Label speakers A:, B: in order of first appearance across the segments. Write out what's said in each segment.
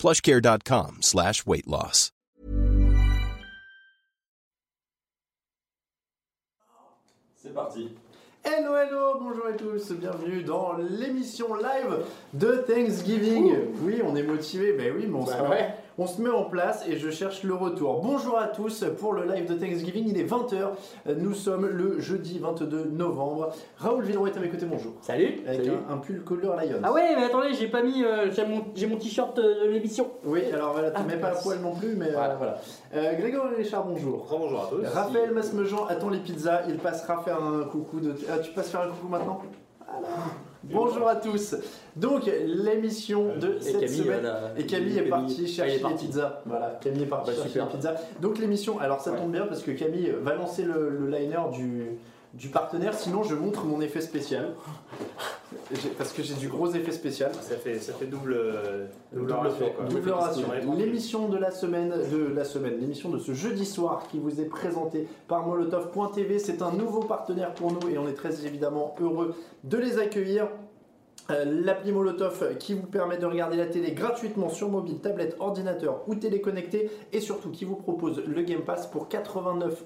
A: plushcare.com slash weight loss.
B: C'est parti.
C: Hello, hello, bonjour à tous, bienvenue dans l'émission live de Thanksgiving. Oui, on est motivé, ben oui,
D: Bah
C: mais on, se met, on se met en place et je cherche le retour. Bonjour à tous pour le live de Thanksgiving, il est 20h, nous sommes le jeudi 22 novembre. Raoul Villeron est à mes côtés, bonjour.
D: Salut,
C: Avec
D: salut.
C: un, un pull couleur lion.
D: Ah ouais, mais attendez, j'ai pas mis. euh, j'ai mon, j'ai mon t-shirt euh, de l'émission.
C: Oui, alors voilà, tu
D: Ah,
C: mets pas à
D: merci.
C: poil non plus, mais euh, voilà. Euh, Grégory Richard, bonjour.
B: Bonjour à tous.
C: Raphaël Masmejean attend les pizzas, il passera faire un coucou de... Ah, tu passes faire un coucou maintenant Voilà. Bonjour à tous. Donc l'émission de
D: Euh, Et
C: cette
D: Camille,
C: semaine.
D: euh, la-
C: Et Camille est
D: Camille.
C: partie
D: Ah, il est
C: chercher les
D: parti.
C: pizzas. Voilà, Camille est partie
D: Bah,
C: chercher
D: super.
C: les pizzas. Donc l'émission, alors ça
D: Ouais.
C: tombe bien parce que Camille va lancer le, le liner du, du partenaire, sinon je montre mon effet spécial. J'ai- parce que j'ai du gros effet spécial.
B: Ça fait, ça fait double, euh, double,
D: Double
B: ratio,
D: fait,
B: quoi.
C: Double ration.
B: On est tranquille.
C: L'émission de la semaine, de la semaine, l'émission de ce jeudi soir qui vous est présentée par Molotov.tv, c'est un nouveau partenaire pour nous et on est très évidemment heureux de les accueillir. Euh, L'appli Molotov euh, qui vous permet de regarder la télé gratuitement sur mobile, tablette, ordinateur ou téléconnecté et surtout qui vous propose le Game Pass pour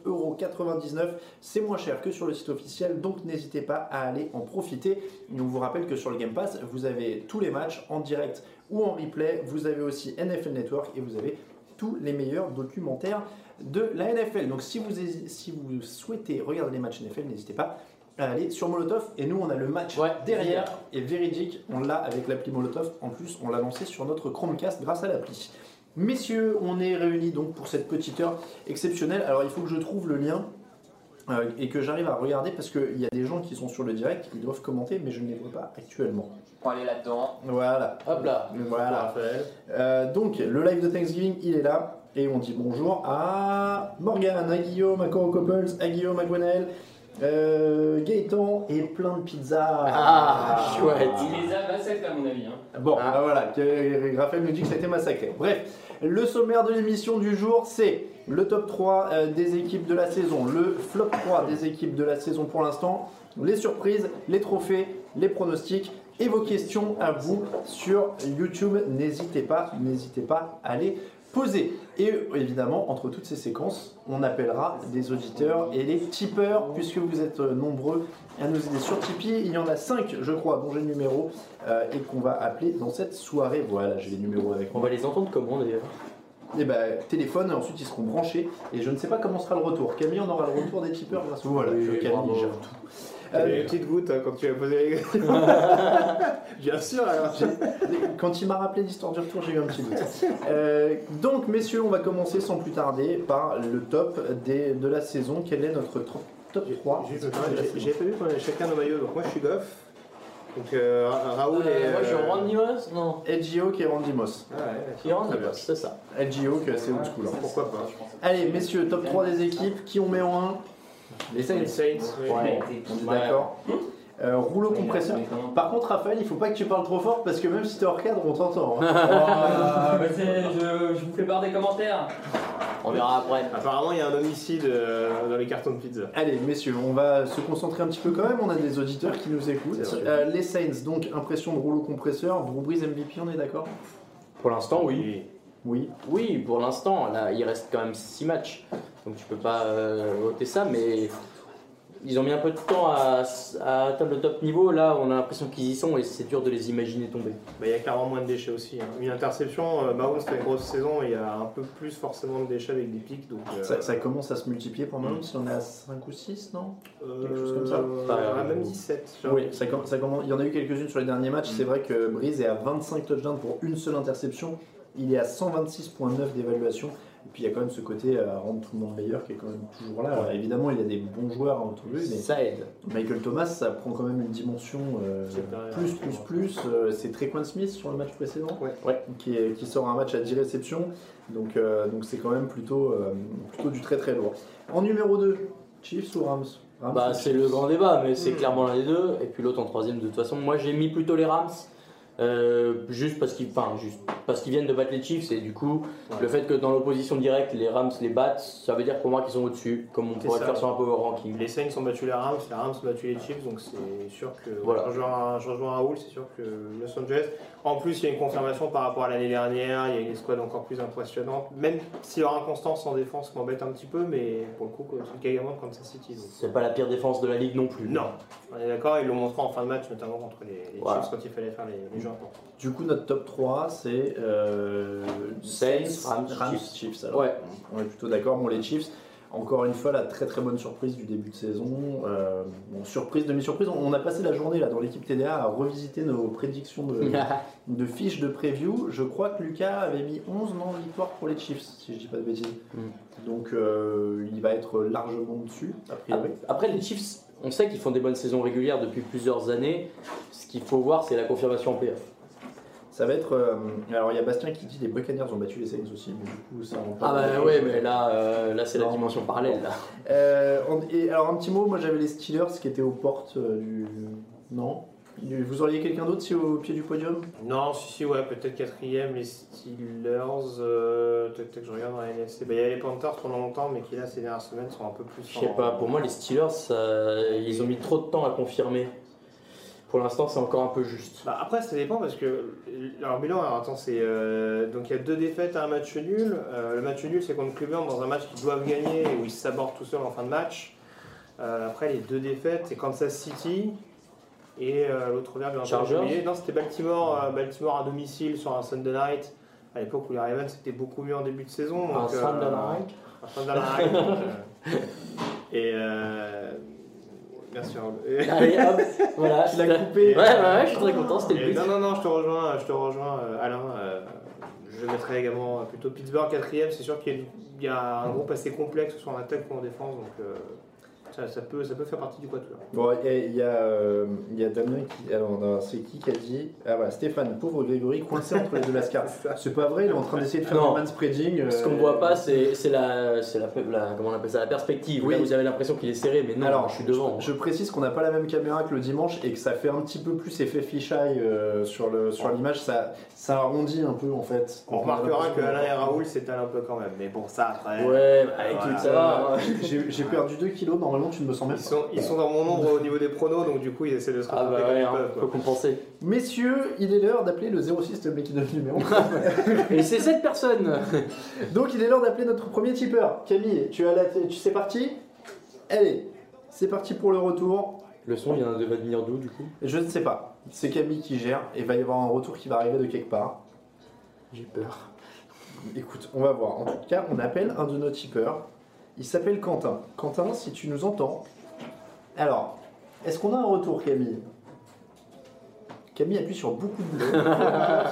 C: 89,99€. C'est moins cher que sur le site officiel donc n'hésitez pas à aller en profiter. Et on vous rappelle que sur le Game Pass vous avez tous les matchs en direct ou en replay. Vous avez aussi NFL Network et vous avez tous les meilleurs documentaires de la NFL. Donc si vous, hési- si vous souhaitez regarder les matchs NFL, n'hésitez pas à aller sur Molotov. Et nous, on a le match
D: Ouais,
C: derrière et véridique. On l'a avec l'appli Molotov. En plus, on l'a lancé sur notre Chromecast grâce à l'appli. Messieurs, on est réunis donc pour cette petite heure exceptionnelle. Alors il faut que je trouve le lien. euh, et que j'arrive à regarder parce qu'il y a des gens qui sont sur le direct, qui doivent commenter, mais je ne les vois pas actuellement.
E: pour aller là-dedans.
C: Voilà.
D: Hop là.
C: Voilà. Euh, donc, le live de Thanksgiving, il est là. Et on dit bonjour à Morgane, à Guillaume, à Coro Couples, à Guillaume, à Gwenaël, euh, Gaëtan et plein de pizzas.
D: Ah, chouette.
E: Il les a massacrés à mon avis. Hein.
C: Bon, ah, voilà, que- Raphaël nous dit que ça a été massacré. Bref, le sommaire de l'émission du jour, c'est le top 3 euh, des équipes de la saison, le flop 3 des équipes de la saison pour l'instant, les surprises, les trophées, les pronostics et vos questions à vous sur YouTube. N'hésitez pas, n'hésitez pas à les poser. Et évidemment, entre toutes ces séquences, on appellera des auditeurs et les tipeurs, puisque vous êtes euh, nombreux à nous aider sur Tipeee. Il y en a 5, je crois, dont j'ai le numéro, euh, et qu'on va appeler dans cette soirée. Voilà, j'ai les numéros avec
D: On
C: moi.
D: va les entendre comment d'ailleurs
C: Et bah, téléphone, et ensuite ils seront branchés, et je ne sais pas comment sera le retour. Camille, on aura le retour des tipeurs grâce à vous. Voilà,
D: Oui,
C: je- Camille,
D: bravo.
C: il gère tout.
B: Il y a
C: Euh,
B: une petite goutte euh, quand tu as posé les Bien sûr, alors.
C: j'ai- Quand il m'a rappelé l'histoire du retour, j'ai eu un petit doute. Euh, donc, messieurs, on va commencer sans plus tarder par le top des, de la saison. Quel est notre tro- top 3
B: J'ai- j'ai- J'ai pas vu qu'on avait chacun nos maillots, donc moi je suis Goff. Donc euh, Ra- Raoul et.
D: Moi je suis
B: euh,
D: Randy Moss Non.
C: LGO qui est Randy Moss.
B: Ah ouais,
D: Je suis Randy
B: très bien.
D: Moss, c'est ça.
C: LGO que c'est old school. hein.
B: Pourquoi pas
C: Allez, messieurs, top 3 des équipes. Qui on met en 1 Les
B: Les
C: Saints.
B: Saints, oui.
C: Ouais, on est d'accord. Euh, rouleau compresseur. Par contre, Raphaël, il faut pas que tu parles trop fort parce que même si t'es hors cadre, on
D: Oh,
C: t'entend. hein.
E: Ah, bah, c'est- je, je vous fais part des commentaires.
D: On verra après.
B: Apparemment, il y a un homicide euh, dans les cartons de pizza.
C: Allez, messieurs, on va se concentrer un petit peu quand même. On a des auditeurs qui nous écoutent.
B: C'est vrai.
C: Euh, les Saints, donc impression de rouleau compresseur. Drew Brees MVP, on est d'accord
D: Pour l'instant, oui.
C: Oui.
D: Oui, pour l'instant, là, il reste quand même 6 matchs. Donc tu peux pas euh, voter ça, mais
F: ils ont mis un peu de temps à, à atteindre le top niveau. Là, on a l'impression qu'ils y sont et c'est dur de les imaginer tomber.
B: Bah, il y a clairement moins de déchets aussi. hein. Une interception, euh, Mahomes fait une grosse saison, il y a un peu plus forcément de déchets avec des pics. Donc, euh,
C: Ça, ça commence à se multiplier pour
B: Mm.
C: Mahomes, si on est à 5 ou 6, non
B: euh,
C: quelque chose comme ça.
B: on a même 17. genre.
C: euh, Oui, ça, com- ça commence- il y en a eu quelques-unes sur les derniers matchs. C'est vrai que Breeze est à 25 touchdowns pour une seule interception. Il est à 126,9 d'évaluation. Et puis il y a quand même ce côté euh, à rendre tout le monde meilleur qui est quand même toujours là. Alors, évidemment, il y a des bons joueurs hein, autour de lui, mais
F: Ça aide.
C: Michael Thomas, ça prend quand même une dimension euh,
B: C'est derrière,
C: plus,
B: pour
C: plus,
B: moi.
C: plus. Euh, c'est Trequan Smith sur le match précédent
B: Ouais.
F: Ouais.
C: Qui, est- qui sort un match à 10 réceptions. Donc euh, donc c'est quand même plutôt, euh, plutôt du très très lourd. En numéro 2, Chiefs ou Rams Rams
F: Bah,
C: ou
F: c'est
C: Chiefs
F: le grand débat, mais c'est
B: Mm.
F: clairement l'un des deux. Et puis l'autre en troisième, de toute façon. Moi, j'ai mis plutôt les Rams, euh, juste parce qu'ils enfin, juste parce qu'ils viennent de battre les Chiefs. Et du coup, le fait que dans l'opposition directe, les Rams les battent, ça veut dire pour moi qu'ils sont au-dessus, comme on
B: C'est
F: pourrait le
B: ça.
F: faire sur un power ranking.
B: Les Saints ont battu les Rams, les Rams ont battu les Chiefs, donc c'est sûr que.
F: Voilà.
B: Je rejoins, je rejoins Raoul, c'est sûr que Los Angeles. En plus, il y a une confirmation par rapport à l'année dernière, il y a une escouade encore plus impressionnante, même si leur inconstance en défense m'embête un petit peu, mais pour le coup, quoi, c'est également comme ça City. donc.
F: C'est pas la pire défense de la ligue non plus.
B: Non, on est d'accord, ils l'ont montré en fin de match, notamment contre les, les
F: Voilà.
B: Chiefs quand il fallait faire les, les jeux importants.
C: Du coup, notre top 3, c'est euh,
F: Saints, Rams,
C: Chiefs.
F: Chiefs.
C: alors.
F: Ouais.
C: On est plutôt d'accord. Bon, les Chiefs, encore une fois, la très très bonne surprise du début de saison. Euh, bon, surprise, demi-surprise. On on a passé la journée là dans l'équipe TDA à revisiter nos prédictions de, de fiches de preview. Je crois que Lucas avait mis 11 non victoires pour les Chiefs, si je dis pas de bêtises. Donc, euh, il va être largement dessus, a priori.
F: Après, les Chiefs, on sait qu'ils font des bonnes saisons régulières depuis plusieurs années. Ce qu'il faut voir, c'est la confirmation en playoff.
C: Ça va être. euh, alors, il y a Bastien qui dit les Buccaneers ont battu les Saints aussi, mais du coup, ça on
F: Ah
C: parle-
F: bah ouais, mais là, euh, là c'est la
C: Non.
F: dimension parallèle. Là.
C: Euh, on- et alors un petit mot, moi j'avais les Steelers qui étaient aux portes euh, du... Non Du- Vous auriez quelqu'un d'autre si au pied du podium
B: Non, si, si, ouais, peut-être quatrième, les Steelers, euh, peut-être que je regarde dans la NFC. Bah, Il y a les Panthers pendant longtemps, mais qui là, ces dernières semaines, sont un peu plus.
F: Je sais
B: en-
F: pas, pour moi les Steelers, ça- ils ont mis trop de temps à confirmer. Pour l'instant, c'est encore un peu
C: Ah,
F: juste.
B: Bah, après, ça dépend parce que leur bilan, alors attends, c'est. euh, donc il y a deux défaites à un match nul. Euh, le match nul, c'est contre Cleveland dans un match qu'ils doivent gagner et où ils se sabordent tout seuls en fin de match. Euh, après, les deux défaites, c'est Kansas City et euh, l'autre verbe, j'ai un peu
F: Chargers
B: oublié. Non, c'était Baltimore, euh, Baltimore à domicile sur un Sunday night. À l'époque où les Ravens c'était beaucoup mieux en début de saison.
F: Un
B: donc, euh,
F: Sunday night.
B: Un Sunday night, donc, euh, et. euh, merci Raoul. Et-
F: Allez, hop, voilà.
C: Tu l'as
F: c'est-
C: coupé.
F: Ouais, ouais, ouais, je suis très content, c'était
B: et
F: le but.
B: non, non, non, je te rejoins, je te rejoins euh, Alain. euh, je mettrais également euh, plutôt Pittsburgh quatrième. C'est sûr qu'il y a une- il y, a un groupe assez complexe, soit en attaque ou en défense. Donc euh, ça, ça peut, ça peut faire partie du quatuor.
C: Bon, et il y, a, euh, il y a Damien qui... Alors non, c'est qui qui a dit Ah voilà, Stéphane, pauvre Grégory, coincé entre les deux lascars. C'est pas vrai, il est en train d'essayer de faire
F: Non.
C: un manspreading. euh,
F: Ce qu'on voit pas, c'est c'est la, c'est la, la- comment on appelle ça, la perspective.
C: Oui.
F: Là, vous avez l'impression qu'il est serré, mais non,
C: Alors,
F: je suis devant.
C: Je précise qu'on n'a pas la même caméra que le dimanche et que ça fait un petit peu plus effet fisheye euh, sur le sur l'image, ça, ça arrondit un peu en fait.
B: On remarquera que Alain et Raoul s'étalent un peu quand même. Mais bon, ça après. euh,
F: Ouais, bah, écoute,
B: Voilà.
F: ça va. hein.
C: J'ai j'ai perdu 2 kilos, normalement tu ne me sens même
B: Ils
C: pas.
B: sont, ils sont dans mon nombre au niveau des pronos, donc du coup ils essaient de se
F: Ah
B: rattraper
F: bah
B: comme
F: ouais,
B: ils
F: hein,
B: peuvent,
F: faut
B: quoi.
F: compenser.
C: Messieurs, il est l'heure d'appeler le 06 de Make It Up numéro.
F: Et c'est cette personne
C: Donc il est l'heure d'appeler notre premier tipeur. Camille, tu as la tu c'est parti Allez, c'est parti pour le retour.
F: Le son, il y en a de venir d'où, du coup
C: Je ne sais pas. C'est Camille qui gère et il va y avoir un retour qui va arriver de quelque part.
F: J'ai peur.
C: Écoute, on va voir. En tout cas, on appelle un de nos tipeurs. Il s'appelle Quentin. Quentin, si tu nous entends. Alors, est-ce qu'on a un retour Camille Camille appuie sur beaucoup de boutons.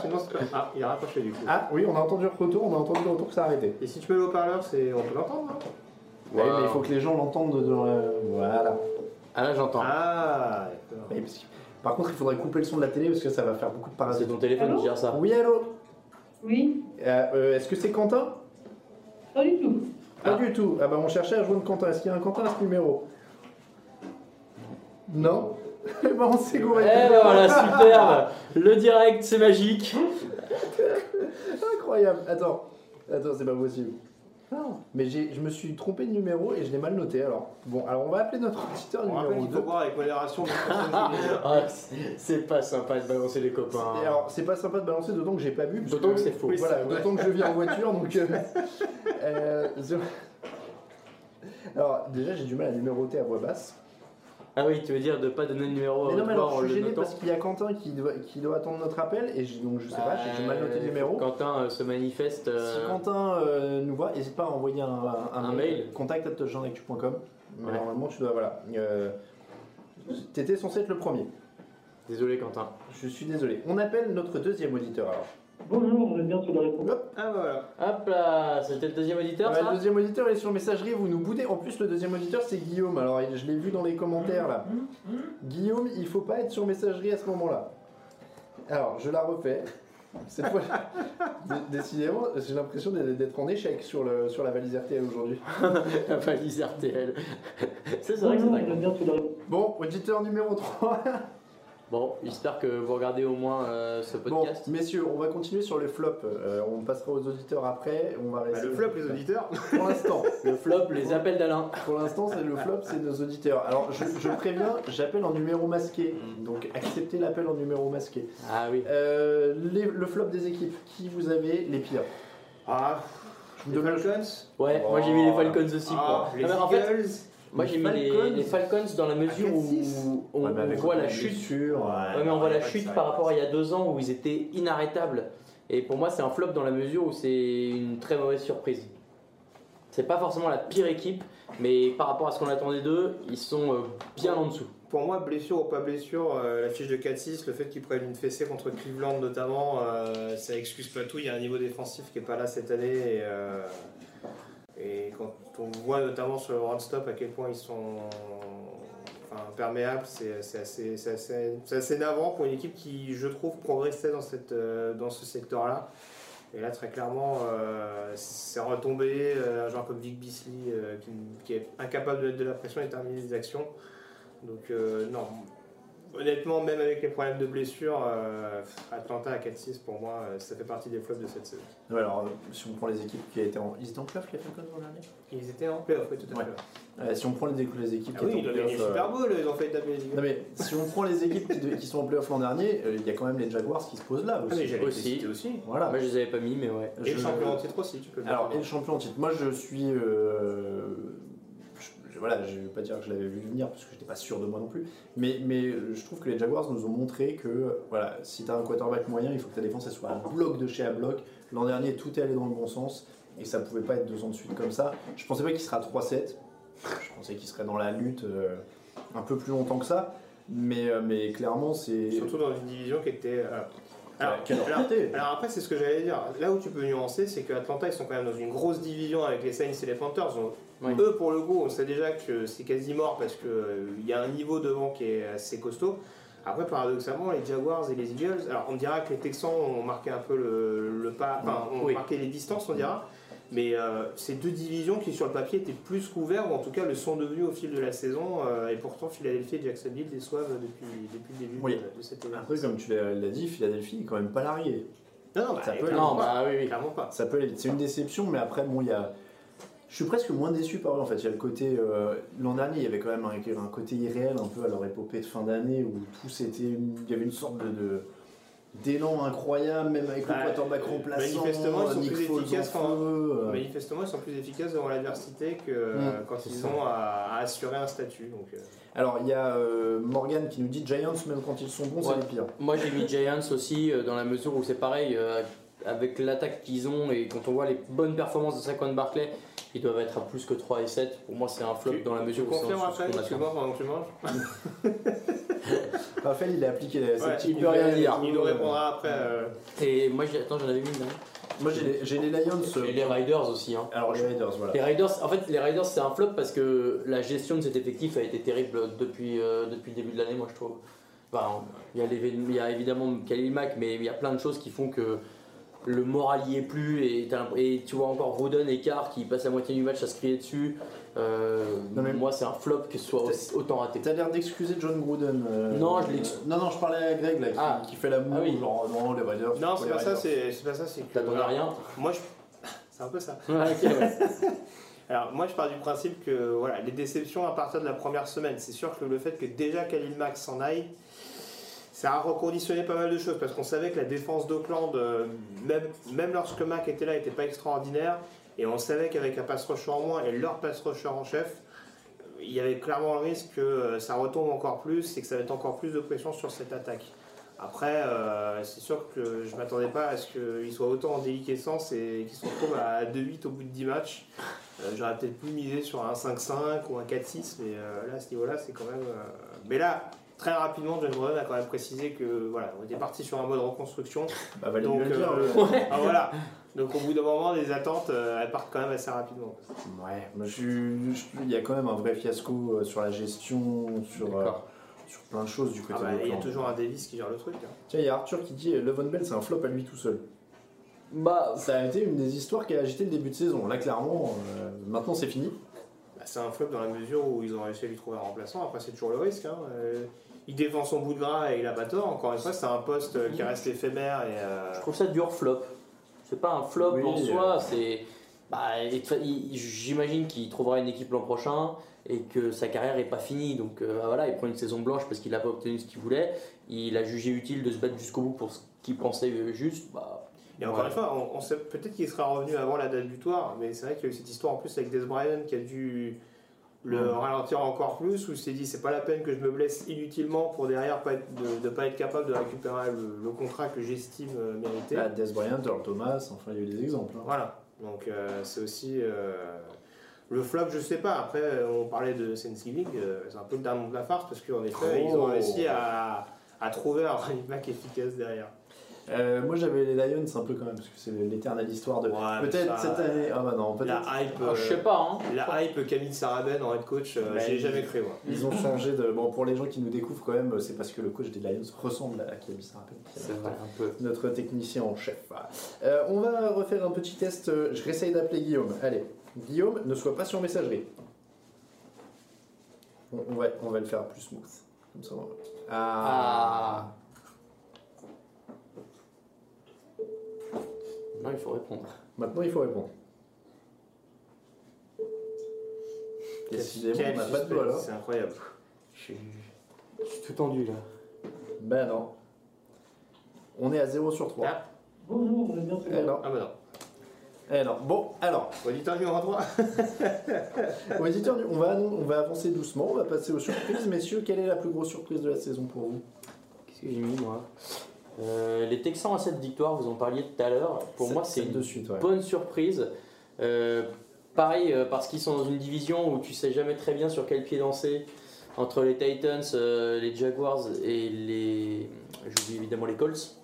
B: Sinon, c'est pas- Ah, il a raccroché du coup.
C: Ah oui, on a entendu le retour, on a entendu le retour que ça a arrêté.
B: Et si tu mets le haut-parleur, c'est... on peut l'entendre, hein. non
C: Ouais, mais il faut que les gens l'entendent dans la- Voilà.
F: Ah là, j'entends.
B: Ah, d'accord.
C: Oui, parce que- Par contre, il faudrait couper le son de la télé parce que ça va faire beaucoup de
F: c'est
C: parasites.
F: ton téléphone qui gère ça.
C: Oui, allô
G: Oui,
C: Euh, euh, Est-ce que c'est Quentin
G: pas du tout.
C: Pas du tout. Ah bah on cherchait à joindre Quentin. Est-ce qu'il y a un Quentin à ce numéro Non Eh ben on s'est
F: Eh
C: gouré.
F: ben voilà, superbe Le direct, c'est magique
C: Incroyable. Attends, attends, c'est pas possible. Mais j'ai- je me suis trompé de numéro et je l'ai mal noté. Alors bon, alors on va appeler notre auditeur
B: On rappelle
C: numéro
B: qu'il faut
C: 2.
B: boire avec modération. mais
F: Ah, c'est- C'est pas sympa de balancer les copains.
C: Et alors, c'est pas sympa de balancer, d'autant que j'ai pas vu. parce
F: D'autant que c'est faux.
C: Oui, voilà,
F: Oui, c'est
C: d'autant que je vis en voiture, donc. euh, euh, zéro- alors, déjà, j'ai du mal à numéroter à voix basse.
F: Ah oui, tu veux dire de pas donner le numéro
C: Mais non, mais
F: auditoire
C: alors
F: en
C: je
F: Oh, le
C: suis gêné
F: notant
C: parce qu'il y a Quentin qui doit, qui doit attendre notre appel et je- donc je sais pas, j'ai- j'ai mal noté le
F: Euh,
C: numéro.
F: Quentin euh, se manifeste. euh,
C: Si Quentin euh, nous voit, n'hésite pas à envoyer un, un, euh,
F: Un mail.
C: Contact at jeanactu.com. Mais
F: Ouais.
C: normalement, tu dois. Voilà. Euh, T'étais censé être le premier.
F: Désolé, Quentin.
C: Je suis désolé. On appelle notre deuxième auditeur alors.
G: Bonjour, on est bien sur le réponse.
B: Ah bah voilà.
F: Hop là, c'était le deuxième auditeur,
C: Ouais,
F: ça
C: le deuxième auditeur il est sur messagerie, vous nous boudez. En plus, le deuxième auditeur c'est Guillaume. Alors, il- je l'ai vu dans les commentaires là. Guillaume, il faut pas être sur messagerie à ce moment-là. Alors, je la refais. Cette fois, Dé- décidément, j'ai l'impression d'être d'être en échec sur, le, sur la valise RTL aujourd'hui.
F: La valise RTL. c'est vrai que c'est
G: Bonjour, on
F: dingue.
G: est bien sur le réponse.
C: Bon, auditeur numéro 3.
F: Bon, j'espère que vous regardez au moins euh, ce
C: Bon,
F: podcast.
C: messieurs, on va continuer sur le flop. Euh, on passera aux auditeurs après. On va
B: Bah,
C: rester
B: le flop, les auditeurs.
C: Pour l'instant.
F: Le flop, les appels d'Alain.
C: Pour l'instant, c'est le flop, c'est nos auditeurs. Alors, je, je préviens, j'appelle en numéro masqué. Donc, acceptez l'appel en numéro masqué.
F: Mm. Ah oui.
C: Euh, les- le flop des équipes. Qui vous avez les pires
B: Ah,
C: vous
B: les
C: donne le-
B: Falcons.
F: Ouais,
B: Oh.
F: moi j'ai mis les Falcons aussi.
B: Ah,
F: quoi.
B: les
F: Non, mais en fait,
B: Eagles.
F: moi j'ai mis
B: Falcons.
F: les, les Falcons dans la
C: Ah,
F: mesure
B: À 4-6.
F: où on,
C: Ouais, mais avec
F: voit la
C: les
F: chute.
C: blessures, euh,
F: Ouais, mais on voit la chute par rapport à il y a deux ans où ils étaient inarrêtables. Et pour moi, c'est un flop dans la mesure où c'est une très mauvaise surprise. C'est pas forcément la pire équipe, mais par rapport à ce qu'on attendait d'eux, ils sont euh, bien en dessous.
B: Pour moi, blessure ou pas blessure, euh, la fiche de 4-6, le fait qu'ils prennent une fessée contre Cleveland notamment, euh, ça excuse pas tout. Il y a un niveau défensif qui est pas là cette année. Et, euh, et quand on voit notamment sur le round stop à quel point ils sont enfin, imperméables, c'est c'est assez, c'est assez, c'est assez navrant pour une équipe qui, je trouve, progressait dans, cette, euh, dans ce secteur-là. Et là, très clairement, euh, c'est retombé. euh, un joueur comme Vic Beasley, euh, qui, qui est incapable de mettre de la pression et de terminer des actions. Donc, euh, non. Honnêtement, même avec les problèmes de blessure, euh, Atlanta à 4-6, pour moi, euh, ça fait partie des flops de cette saison.
C: ouais, Alors, euh, si on prend les équipes qui étaient en. Ils étaient en playoff, les Falcons l'an dernier
B: Ils étaient en playoff, oui, tout à
C: Ouais.
B: fait.
C: Euh, Si on prend les, les équipes
B: Ah
C: qui
B: oui,
C: étaient
B: ils
C: en
B: ont gagné le
C: playoff, euh,
B: Super Bowl, ils ont fait taper les
C: Non
B: Eagles.
C: mais si on prend les équipes qui, qui sont en playoff l'an dernier, euh, il y a quand même les Jaguars qui se posent là
B: Ah, mais
C: aussi.
B: j'allais les
F: Aussi.
B: citer aussi.
C: voilà.
F: Moi, je les avais pas mis, mais ouais.
B: Et le
C: Je-
B: champion en titre aussi, tu peux le
C: Alors, et
B: dire.
C: le champion en titre. Moi, je suis. euh, je- je- voilà, je vais pas dire que je l'avais vu venir parce que j'étais pas sûr de moi non plus. Mais, mais euh, je trouve que les Jaguars nous ont montré que, voilà, si t'as un quarterback moyen, il faut que ta défense elle soit à bloc de chez à bloc. L'an dernier, tout est allé dans le bon sens et ça pouvait pas être deux ans de suite comme ça. Je pensais pas qu'il sera 3-7. Je pensais qu'il serait dans la lutte euh, un peu plus longtemps que ça. Mais, euh, mais clairement, c'est.
B: Surtout dans une division qui était. euh, alors,
C: quelle
B: alors-
C: rareté.
B: alors après, c'est ce que j'allais dire. Là où tu peux nuancer, c'est que Atlanta, ils sont quand même dans une grosse division avec les Saints et les Panthers. Donc,
F: Oui.
B: Eux, pour le coup, on sait déjà que c'est quasi mort parce qu'il y a un niveau devant qui est assez costaud. Après, paradoxalement, les Jaguars et les Eagles, alors on dira que les Texans ont marqué un peu le, le pas, enfin, ont
F: Oui.
B: marqué les distances, on dira. Mais euh, ces deux divisions qui, sur le papier, étaient plus couvertes, ou en tout cas le sont devenues au fil de la saison. euh, et pourtant, Philadelphie et Jacksonville déçoivent depuis, depuis le début
C: Oui.
B: de, de cette saison.
C: Après, comme tu l'as l'as dit, Philadelphie est quand même pas larguée.
B: Non, non, bah,
C: Ça peut-
B: clairement
F: Non,
B: pas.
F: bah oui, oui.
B: Clairement pas.
C: Ça peut aller vite. C'est une déception, mais après, bon, il y a. Je suis presque moins déçu par eux en fait. Il y a le côté. euh, L'an dernier, il y avait quand même un, un côté irréel un peu à leur épopée de fin d'année où tout c'était. une- Il y avait une sorte de. de- d'élan incroyable, même avec
B: Ouais,
C: le quarterback
B: euh,
C: remplaçant.
B: manifestement, ils sont
C: Nick
B: plus
C: Foles en
B: efficaces quand-
C: feu, euh, Mmh.
B: Manifestement, ils sont plus efficaces devant l'adversité que euh, quand
C: c'est
B: ils
C: ça.
B: ont à, à assurer un statut. Donc, euh,
C: Alors, il y a euh, Morgan qui nous dit Giants, même quand ils sont bons,
F: Ouais.
C: c'est les pires.
F: Moi j'ai mis Giants aussi euh, dans la mesure où c'est pareil euh, avec l'attaque qu'ils ont et quand on voit les bonnes performances de Saquon Barclay ils doivent être à plus que 3 et 7 pour moi c'est un flop
B: Tu-
F: dans la
B: tu
F: mesure où c'est
B: confirmes
F: en dessous
B: après,
F: de ce qu'on
B: tu
F: attend.
B: vois, pendant que tu manges
C: Raphaël, il a appliqué la-
B: Ouais,
C: ses petits
F: il peut rien dire.
B: Il nous répondra après. euh,
F: Et moi j'ai- attends j'en avais mis une dernière.
C: Moi, j'ai les, j'ai les Lions. euh.
F: Et les Riders aussi hein.
C: Alors, les Raiders, voilà.
F: Les Raiders, en fait, les Raiders, c'est un flop parce que la gestion de cet effectif a été terrible depuis, euh, depuis le début de l'année, moi je trouve. Enfin, il y a l'événement- il y a évidemment Kalimac, mais il y a plein de choses qui font que le moral y est plus et, t'as l'imp- et tu vois encore Rodon et Carr qui passent la moitié du match à se crier dessus. Euh,
C: Non, mais-
F: Moi, c'est un flop que ce soit aussi- autant raté.
C: T'as l'air d'excuser John Gruden. euh,
F: Non, je l'ai-
C: euh, Non, non, je parlais à Greg là, qui,
F: Ah.
C: qui fait la moue,
F: Ah oui.
C: genre non, les Raiders.
B: Non,
C: faut
B: c'est
C: les
B: pas ça,
C: Raiders.
B: c'est c'est pas ça. c'est que- euh,
F: T'attendais rien
B: Moi, je... c'est un peu ça.
F: Ah, ok, ouais.
B: Alors moi je pars du principe que voilà, les déceptions à partir de la première semaine, c'est sûr que le fait que déjà Khalil Mack s'en aille, ça a reconditionné pas mal de choses parce qu'on savait que la défense d'Auckland, euh, même, même lorsque Mack était là, n'était pas extraordinaire et on savait qu'avec un pass rusher en moins et leur pass rusher en chef, il y avait clairement le risque que euh, ça retombe encore plus et que ça mette encore plus de pression sur cette attaque. Après, euh, c'est sûr que je ne m'attendais pas à ce qu'ils soient autant en déliquescence et qu'ils se retrouvent à 2-8 au bout de 10 matchs. Euh, J'aurais peut-être plus misé sur un 5-5 ou un 4-6, mais euh, là, à ce niveau-là, c'est quand même. euh, Mais là, très rapidement, John Bryan a quand même précisé que voilà, on était parti sur un mode reconstruction.
C: Bah, valide
B: Donc,
C: le dire.
B: euh,
C: euh.
B: ah, voilà. Donc, au bout d'un moment, les attentes, euh, elles partent quand même assez rapidement.
C: Ouais, moi, je suis- je- il y a quand même un vrai fiasco euh, sur la gestion, sur, euh,
F: D'accord.
C: sur plein de choses du
B: Ah,
C: côté
B: bah,
C: de
B: il y a
C: Auckland.
B: toujours un Davis qui gère le truc. hein.
C: Tiens, il y a Arthur qui dit Levon Bell, c'est un flop à lui tout seul.
F: Bah,
C: Ça a été une des histoires qui a agité le début de saison. Là, clairement, euh, maintenant c'est fini.
B: Bah, c'est un flop dans la mesure où ils ont réussi à lui trouver un remplaçant. Après, c'est toujours le risque. hein. Euh, il défend son bout de gras et il a pas tort. Encore une fois, c'est un poste euh, qui reste éphémère et. euh,
F: je trouve ça dur flop. C'est pas un flop
C: Oui,
F: en
C: euh.
F: soi, c'est. Bah, il- il- J'imagine qu'il trouvera une équipe l'an prochain et que sa carrière n'est pas finie. Donc euh, voilà, il prend une saison blanche parce qu'il n'a pas obtenu ce qu'il voulait. Il a jugé utile de se battre jusqu'au bout pour ce qu'il pensait euh, juste. Bah,
B: Et encore
F: Ouais.
B: une fois, on, on sait peut-être qu'il sera revenu avant la date butoir, mais c'est vrai qu'il y a eu cette histoire en plus avec Des Bryan qui a dû le ralentir encore plus, où il s'est dit c'est pas la peine que je me blesse inutilement pour derrière pas être- de ne pas être capable de récupérer le, le contrat que j'estime euh, mérité.
C: Là, Bah, Des Bryant, Earl Thomas, enfin, il y a eu des exemples. hein.
B: Voilà, donc euh, c'est aussi euh, le flop, je sais pas. Après, euh, on parlait de Thanksgiving, euh, c'est un peu le dernier de la farce parce qu'en effet,
C: Oh.
B: ils ont réussi à, à trouver un running back efficace derrière.
C: Euh, moi, j'avais les Lions un peu quand même, parce que c'est l'éternelle histoire de.
B: Ouais, mais
C: peut-être
B: ça-
C: cette année. Ah bah non, peut-être.
B: La hype.
F: je
B: euh,
F: sais pas, hein.
B: La hype Camille Saraben en head coach, euh,
C: Bah,
B: j'y ai
C: il-
B: jamais cru. Moi.
C: Ils ont changé de. Bon, pour les gens qui nous découvrent quand même, c'est parce que le coach des Lions ressemble à Kevin Sarapet.
F: C'est vrai, un peu.
C: Notre technicien en chef. Euh, on va refaire un petit test. euh, Je réessaye d'appeler Guillaume. Allez, Guillaume, ne sois pas sur messagerie. On, on va, on va le faire plus smooth. Comme ça, on va- Ah.
F: Ah. Non, il faut répondre.
C: Maintenant, il faut répondre. Décidément,
B: Quel
C: on n'a pas
B: suspense,
C: de bol. hein.
B: C'est incroyable.
F: Je suis, je suis tout tendu là.
C: Ben non. On est à 0 sur 3.
B: Ah.
G: Bonjour, on est bien sur
C: Eh non.
B: Ah bah non.
C: Eh non. Bon, alors,
B: Auditeur numéro 3.
C: auditeur, on va, annon- on va avancer doucement, on va passer aux surprises. Messieurs, quelle est la plus grosse surprise de la saison pour vous
F: Qu'est-ce que j'ai mis moi Euh, Les Texans à cette victoire, vous en parliez tout à l'heure. Pour
C: Sept-
F: moi, c'est
C: sept
F: une
C: de suite, ouais.
F: bonne surprise. Euh, pareil, euh, parce qu'ils sont dans une division où tu sais jamais très bien sur quel pied danser entre les Titans, euh, les Jaguars et les. J'oublie évidemment les Colts.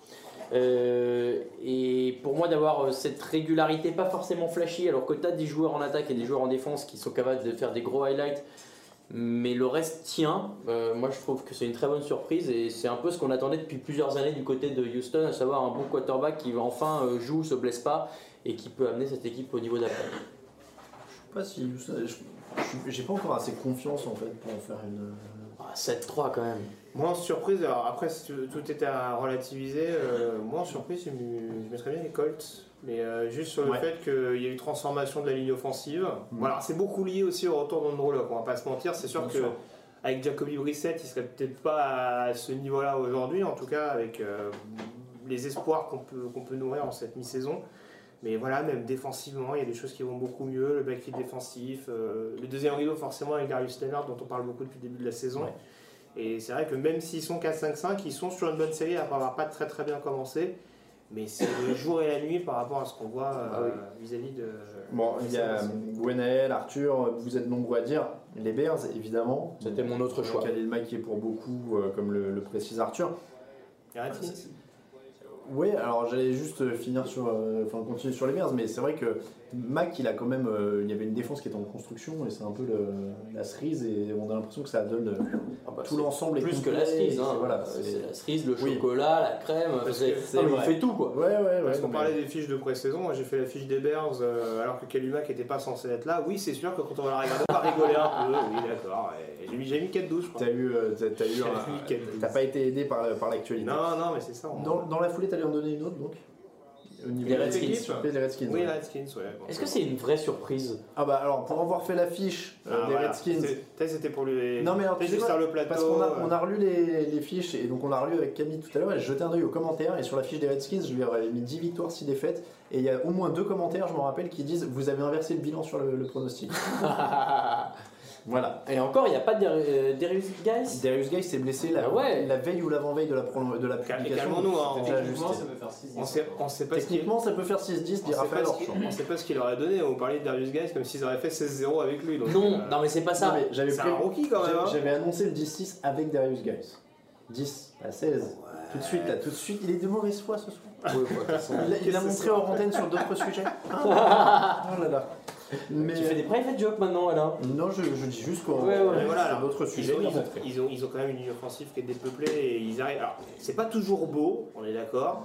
F: Euh, et pour moi, d'avoir euh, cette régularité pas forcément flashy, alors que tu as des joueurs en attaque et des joueurs en défense qui sont capables de faire des gros highlights, mais le reste tient. Euh, moi, je trouve que c'est une très bonne surprise et c'est un peu ce qu'on attendait depuis plusieurs années du côté de Houston, à savoir un bon quarterback qui enfin euh, joue, se blesse pas et qui peut amener cette équipe au niveau d'après.
C: Je sais pas si. je- je- J'ai pas encore assez confiance en fait pour en faire une. euh,
F: Ah, 7-3 quand même.
B: Moi en surprise, alors après si tu- tout était à relativiser, euh, moi en surprise je, me- je mettrais bien les Colts. Mais euh, juste sur le
C: Ouais. Mm.
B: fait qu'il y a eu transformation de la ligne offensive. Voilà, c'est beaucoup lié aussi au retour d'Andrew Locke, on va pas se mentir. C'est sûr
C: Bien
B: que
C: sûr.
B: avec Jacoby Brissett, il serait peut-être pas à ce niveau-là aujourd'hui, en tout cas avec euh, les espoirs qu'on peut, qu'on peut nourrir en cette mi-saison. Mais voilà, même défensivement, il y a des choses qui vont beaucoup mieux. Le backfield défensif, euh, le deuxième rideau forcément avec Darius Leonard dont on parle beaucoup depuis le début de la saison. Et c'est vrai que même s'ils sont 4-5-5, ils sont sur une bonne série après avoir pas très très bien commencé. Mais c'est le jour et la nuit par rapport à ce qu'on voit euh, vis-à-vis de.
C: Ah Bon, il y a euh, Gwenaël, Arthur, euh, vous êtes nombreux à dire. Les Bears, évidemment.
F: C'était mon autre choix.
C: Khalil Mack qui est pour beaucoup, euh, comme le, le précise Arthur.
B: Et
F: Ah,
B: Redskins.
C: Oui, alors j'allais juste euh, finir sur, euh, enfin continuer sur les Bears, mais c'est vrai que Mac, il a quand même, euh, il y avait une défense qui était en construction et c'est un peu le- la cerise et on a l'impression que ça donne euh,
F: Ah bah,
C: tout
F: c'est
C: l'ensemble. est
F: Plus que
C: complet,
F: la cerise,
C: et
F: hein.
C: c'est- Voilà,
F: Euh,
C: c'est-
F: c'est la cerise, le
C: Oui.
F: chocolat, la crème,
B: Parce
F: c'est-
B: que
C: c'est
F: Non, mais il
C: vrai.
F: fait tout quoi.
C: Ouais, ouais, ouais.
B: Parce qu'on
C: mais-
B: parlait des fiches de pré-saison, moi j'ai fait la fiche des Bears euh, alors que Kalumac n'était pas censé être là. Oui, c'est sûr que quand on va la regarder, on va rigoler hein. un peu. Oui, d'accord. Et J'ai mis, j'ai mis 4-12, je crois.
C: T'as eu, euh, t'as- t'as eu, un-
B: J'ai mis 4-12.
C: t'as pas été aidé
F: euh,
C: par, par l'actualité.
B: Non, non, mais c'est ça. on-
C: Dans, dans la foulée, t'allais en donner une autre donc. Au niveau
F: Les
C: des
F: Redskins.
C: équipes, les Redskins.
B: Oui,
C: ouais.
B: les Redskins, ouais. bon.
F: Est-ce que c'est une vraie surprise
C: Ah bah alors pour avoir fait l'affiche
B: Ah,
C: euh, des
B: voilà.
C: Redskins.
B: C'est- peut-être C'était pour les.
C: Non mais alors,
B: peut-être
C: tu sais
B: juste
C: quoi,
B: faire le plateau.
C: parce qu'on a,
B: euh,
C: on a relu les, les fiches et donc on l'a relu avec Camille tout à l'heure et j'ai jeté un œil aux commentaires et sur la fiche des Redskins je lui avais mis 10 victoires 6 défaites et il y a au moins deux commentaires je m'en rappelle qui disent vous avez inversé le bilan sur le, le pronostic Voilà.
F: Et encore, il n'y a pas de euh, Darius Guys
C: Darius Gay s'est blessé la,
F: Ah ouais.
C: la veille ou l'avant-veille de la, prolon- de la
B: Calme-
C: publication.
B: calmons-nous, hein,
C: C'est
B: on-
C: déjà
E: Techniquement,
C: ajusté.
E: ça peut faire 6
B: On sait, on sait pas ce qu'il-
C: Techniquement, ça peut faire 6-10,
B: on
C: dit
B: sait pas
C: Raphaël
B: ce qu'il-
C: Orchamps.
B: on sait pas ce qu'il aurait donné. On parlait de Darius Guys comme s'ils auraient fait 16-0 avec lui. donc,
F: Non,
B: euh,
F: non mais c'est pas
C: Non,
F: ça.
C: mais J'avais
B: c'est un
C: pré-
B: rookie quand même.
C: j'avais-
B: hein.
C: j'avais annoncé le 10-6 avec Darius Guys. 10 à 16. Tout de suite, là, tout de suite. Il est de mauvaise foi ce soir.
F: Ouais, ouais, de toute façon.
C: Il a, il a
B: Qu'est-ce que
C: montré
B: c'est
C: hors antenne sur d'autres sujets. Ah, oh là là. Mais
F: Tu fais des private jokes maintenant, Alain.
C: non, je, je dis juste qu'on
F: Ouais, ouais.
B: Mais voilà,
C: sur
B: alors,
C: d'autres
B: Ils
C: sujets.
B: ont,
C: il a
B: ils ont-
C: montré.
B: ils ont- ils ont quand même une ligne offensive qui est dépeuplée et ils arrivent. Alors, c'est pas toujours beau, on est d'accord,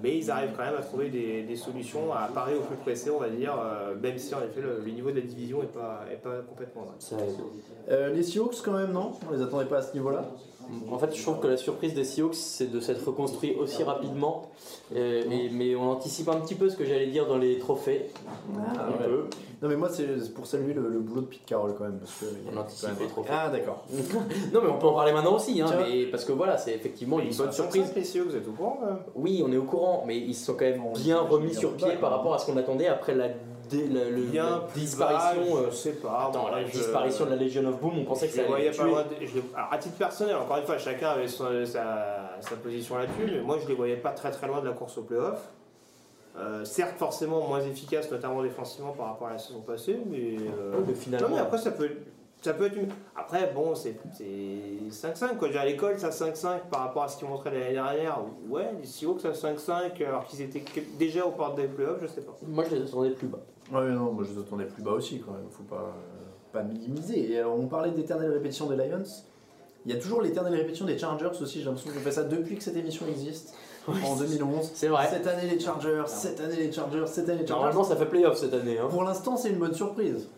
B: mais ils arrivent quand même à trouver des, des solutions, à parer au plus pressé, on va dire, euh, même si en effet le, le niveau de la division n'est pas, est pas complètement dingue.
F: Ça arrive.
C: Euh, les Seahawks quand même, non On les attendait pas à ce niveau-là.
F: Mm. En fait, je trouve que la surprise des Seahawks, c'est de s'être reconstruit aussi rapidement. Euh, et- mais on anticipe un petit peu ce que j'allais dire dans les trophées.
B: Ah,
F: un
C: ouais.
F: peu.
C: Non mais moi c'est pour saluer le, le boulot de Pete Carroll quand même parce que
F: On anticipe les trophées.
C: Ah d'accord.
F: Non, mais on peut en parler maintenant aussi, hein,
C: Tiens.
F: mais parce que voilà, c'est effectivement une
B: Ils sont
F: bonne
B: à 5-5,
F: surprise.
B: Les Seahawks, vous êtes au courant quand même
F: Oui, on est au courant, mais ils se sont quand même
C: On
F: bien
C: les-
F: remis
C: les-
F: sur
C: les-
F: pied
C: les-
F: par rapport à ce qu'on attendait après la, dé- la- le- la
B: hein. Bien,
F: disparition. euh,
B: je sais pas.
F: attends,
B: moi,
F: la
B: je-
F: disparition de la Legion of Boom, on pensait que
B: Je
F: ça
B: les voyais
F: allait
B: pas
F: tuer.
B: loin de- je les- alors, à titre personnel, encore une fois, chacun avait son- sa, sa position là-dessus, mais moi je les voyais pas très très loin de la course au playoff. Euh, certes, forcément moins efficace, notamment défensivement par rapport à la saison passée, mais, euh,
F: Mais finalement-
B: non, mais après ça peut, ça peut être. une- Après, bon, c'est c'est 5-5 quoi. Déjà, à l'école, ça 5-5 par rapport à ce qu'ils montraient l'année dernière. Ouais, si haut que ça 5-5, alors qu'ils étaient que- déjà aux portes des playoffs, je sais pas.
F: Moi, je les attendais plus bas.
C: Ouais non, moi je les attendais plus bas aussi quand même. Faut pas euh, pas minimiser. Et alors, on parlait d'éternelle répétition des Lions. Il y a toujours l'éternelle répétition des Chargers aussi. J'ai l'impression qu'on fait ça depuis que cette émission existe en 2011.
F: C'est vrai.
C: Cette année les Chargers, cette année les Chargers, cette année les Chargers.
F: Normalement, ça fait playoff cette année. Hein.
C: Pour l'instant c'est une bonne surprise.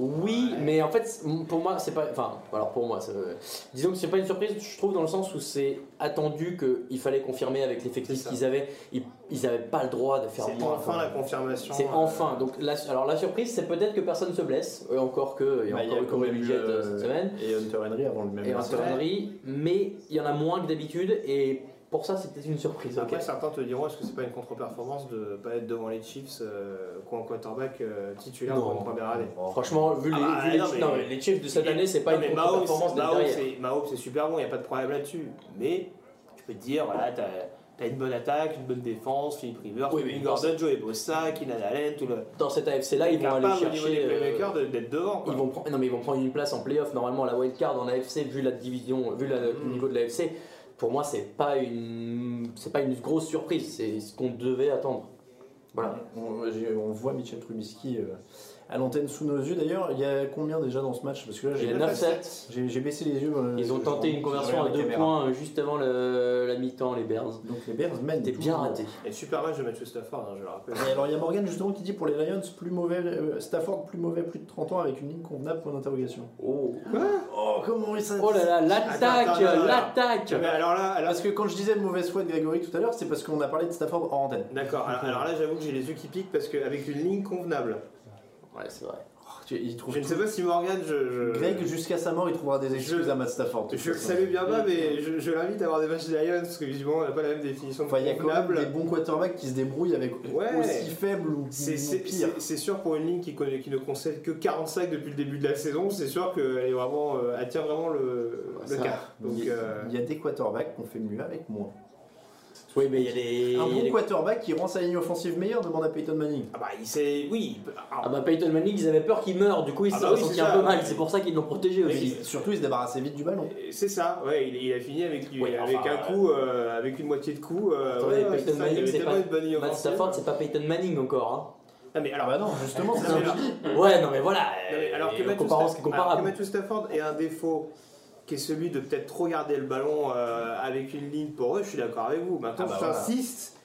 F: Oui, mais en fait, c'est- pour moi, c'est pas. Enfin, alors pour moi, ça- euh, disons que c'est pas une surprise, je trouve, dans le sens où c'est attendu qu'il fallait confirmer avec l'effectif
B: C'est ça.
F: qu'ils avaient. Ils ils avaient pas le droit de faire
B: C'est
F: moins,
B: enfin
F: quoi.
B: la confirmation.
F: C'est
B: euh,
F: enfin. Donc, la, alors la surprise, c'est peut-être que personne se blesse, et encore que. Et
C: Bah,
F: encore eu
C: quand
F: Corey
C: même eu,
F: Budget
C: euh,
F: cette semaine.
C: Et Hunter Henry avant le même.
F: Et
C: match.
F: Hunter Henry, mais il y en a moins que d'habitude, et pour ça, c'est peut-être une surprise. ok.
B: Après, certains te diront est-ce que c'est pas une contre-performance de pas être devant les Chiefs euh, qui ont un quarterback euh, titulaire
F: Non.
B: pour une première année
F: Franchement, vu les,
B: Ah,
F: vu les-
B: non, mais-
F: non, mais les Chiefs de cette
B: Il est-
F: année, c'est pas
B: Non, mais
F: une
B: Mahomes,
F: performance d'être
B: Mahomes,
F: derrière.
B: c'est- Mahomes, c'est super bon, il n'y a pas de problème là-dessus. Mais tu peux te dire voilà, t'as as une bonne attaque, une bonne défense, Philippe Rivers,
F: Oui,
B: Philippe
F: mais-
B: Gordon, Joey Bossa, Keenan Allen, tout le.
F: Dans cette AFC-là, ils vont aller
B: capable au niveau des
F: chercher. euh,
B: playmakers de- d'être devant. quoi.
F: Ils vont prendre, non mais ils vont prendre une place en playoff normalement à la wildcard en AFC vu la division, vu la-
B: Mm.
F: le niveau de l'AFC. Pour moi, c'est pas une, c'est pas une grosse surprise. C'est ce qu'on devait attendre. Voilà.
C: On, j'ai- on voit Mitchell Trubisky euh, à l'antenne sous nos yeux. D'ailleurs, il y a combien déjà dans ce match Parce que là,
F: Il y a
C: j'ai,
F: 9-7.
C: j'ai- j'ai baissé les yeux. euh,
F: Ils ont
C: je-
F: tenté
C: je-
F: une conversion
C: je
F: à
C: regarde la
F: deux
C: caméra.
F: points euh, juste avant le- la mi-temps les Bears.
C: Donc les Bears mènent.
F: C'était
C: tout
F: bien
C: le monde.
F: raté.
B: Et super match de Matthew Stafford, hein, je le rappelle.
C: Et alors, il y a Morgan justement qui dit pour les Lions, plus mauvais, euh, Stafford plus mauvais, plus de 30 ans avec une ligne convenable, point d'interrogation.
F: Oh,
C: Oh, comment il s'est.
F: oh là là,
B: Attends,
F: l'attaque,
B: attends, attends,
F: l'attaque.
B: Mais alors là, alors-
C: Parce que quand je disais mauvaise foi de Grégory tout à l'heure, c'est parce qu'on a parlé de Stafford en antenne.
B: D'accord, alors, alors là j'avoue que j'ai les yeux qui piquent parce qu'avec une ligne convenable.
F: Ouais, c'est vrai.
C: il trouve
B: Je ne sais pas si Morgan, je. je-
C: Greg, jusqu'à sa mort, il trouvera des excuses
B: Je-
C: à Matt Stafford.
B: Je le savais bien pas, mais je, je l'invite à avoir des matchs des Lions parce que visiblement on n'a pas la même définition de
C: Enfin, il y a quand même
B: convenable.
C: des bons quarterbacks qui se débrouillent avec
B: Ouais.
C: aussi faible ou,
B: C'est-
C: ou
B: C'est
C: pire.
B: c'est- c'est sûr pour une ligne qui, connaît- qui ne concède que 40 sacs depuis le début de la saison, c'est sûr qu'elle est vraiment, euh, attire vraiment le,
F: Ouais,
B: le
F: ça,
B: cap. Donc,
C: il, y a,
B: euh,
C: il y a des quarterbacks qu'on fait mieux avec moins.
F: Oui, mais il y a les.
C: un
F: il y a
C: bon
F: les-
C: quarterback qui rend sa ligne offensive meilleure, demande à Peyton Manning.
B: ah bah, il s'est- oui. ah,
F: Ah bah Peyton Manning, ils avaient peur qu'il meure, du coup ils
B: Ah
F: se
B: bah
F: sont
B: oui,
F: sentis
B: c'est
F: un
B: ça.
F: peu mal, c'est pour ça qu'ils l'ont protégé
C: Mais
F: aussi.
C: il- surtout, il se débarrassait vite du ballon.
B: C'est ça, ouais, il, il a fini avec,
F: Oui,
B: avec
F: enfin,
B: un coup, euh, avec une moitié de coup. euh,
F: Attendez,
B: ouais, ouais, c'est
F: Peyton
B: ça, il
F: Manning,
B: avait
F: c'est
B: tellement
F: pas-
B: une bonne ligne
F: Matt
B: offensive.
F: Stafford, c'est pas Peyton Manning encore. Hein.
B: Ah, mais
C: Ah
B: alors,
C: bah non, justement, c'est
B: Non,
C: ce que
B: mais
C: je
B: là-
C: dis.
F: Ouais, non mais voilà.
B: Non, mais alors, que
F: euh,
B: Matthew
F: comparons
B: Staff-
F: ce
B: alors
F: qui est
B: que
F: comparable.
B: Matthew Stafford ait un défaut qui est celui de peut-être trop garder le ballon euh, avec une ligne pour eux, je suis d'accord avec vous. Maintenant,
C: Ah bah
B: j'insiste,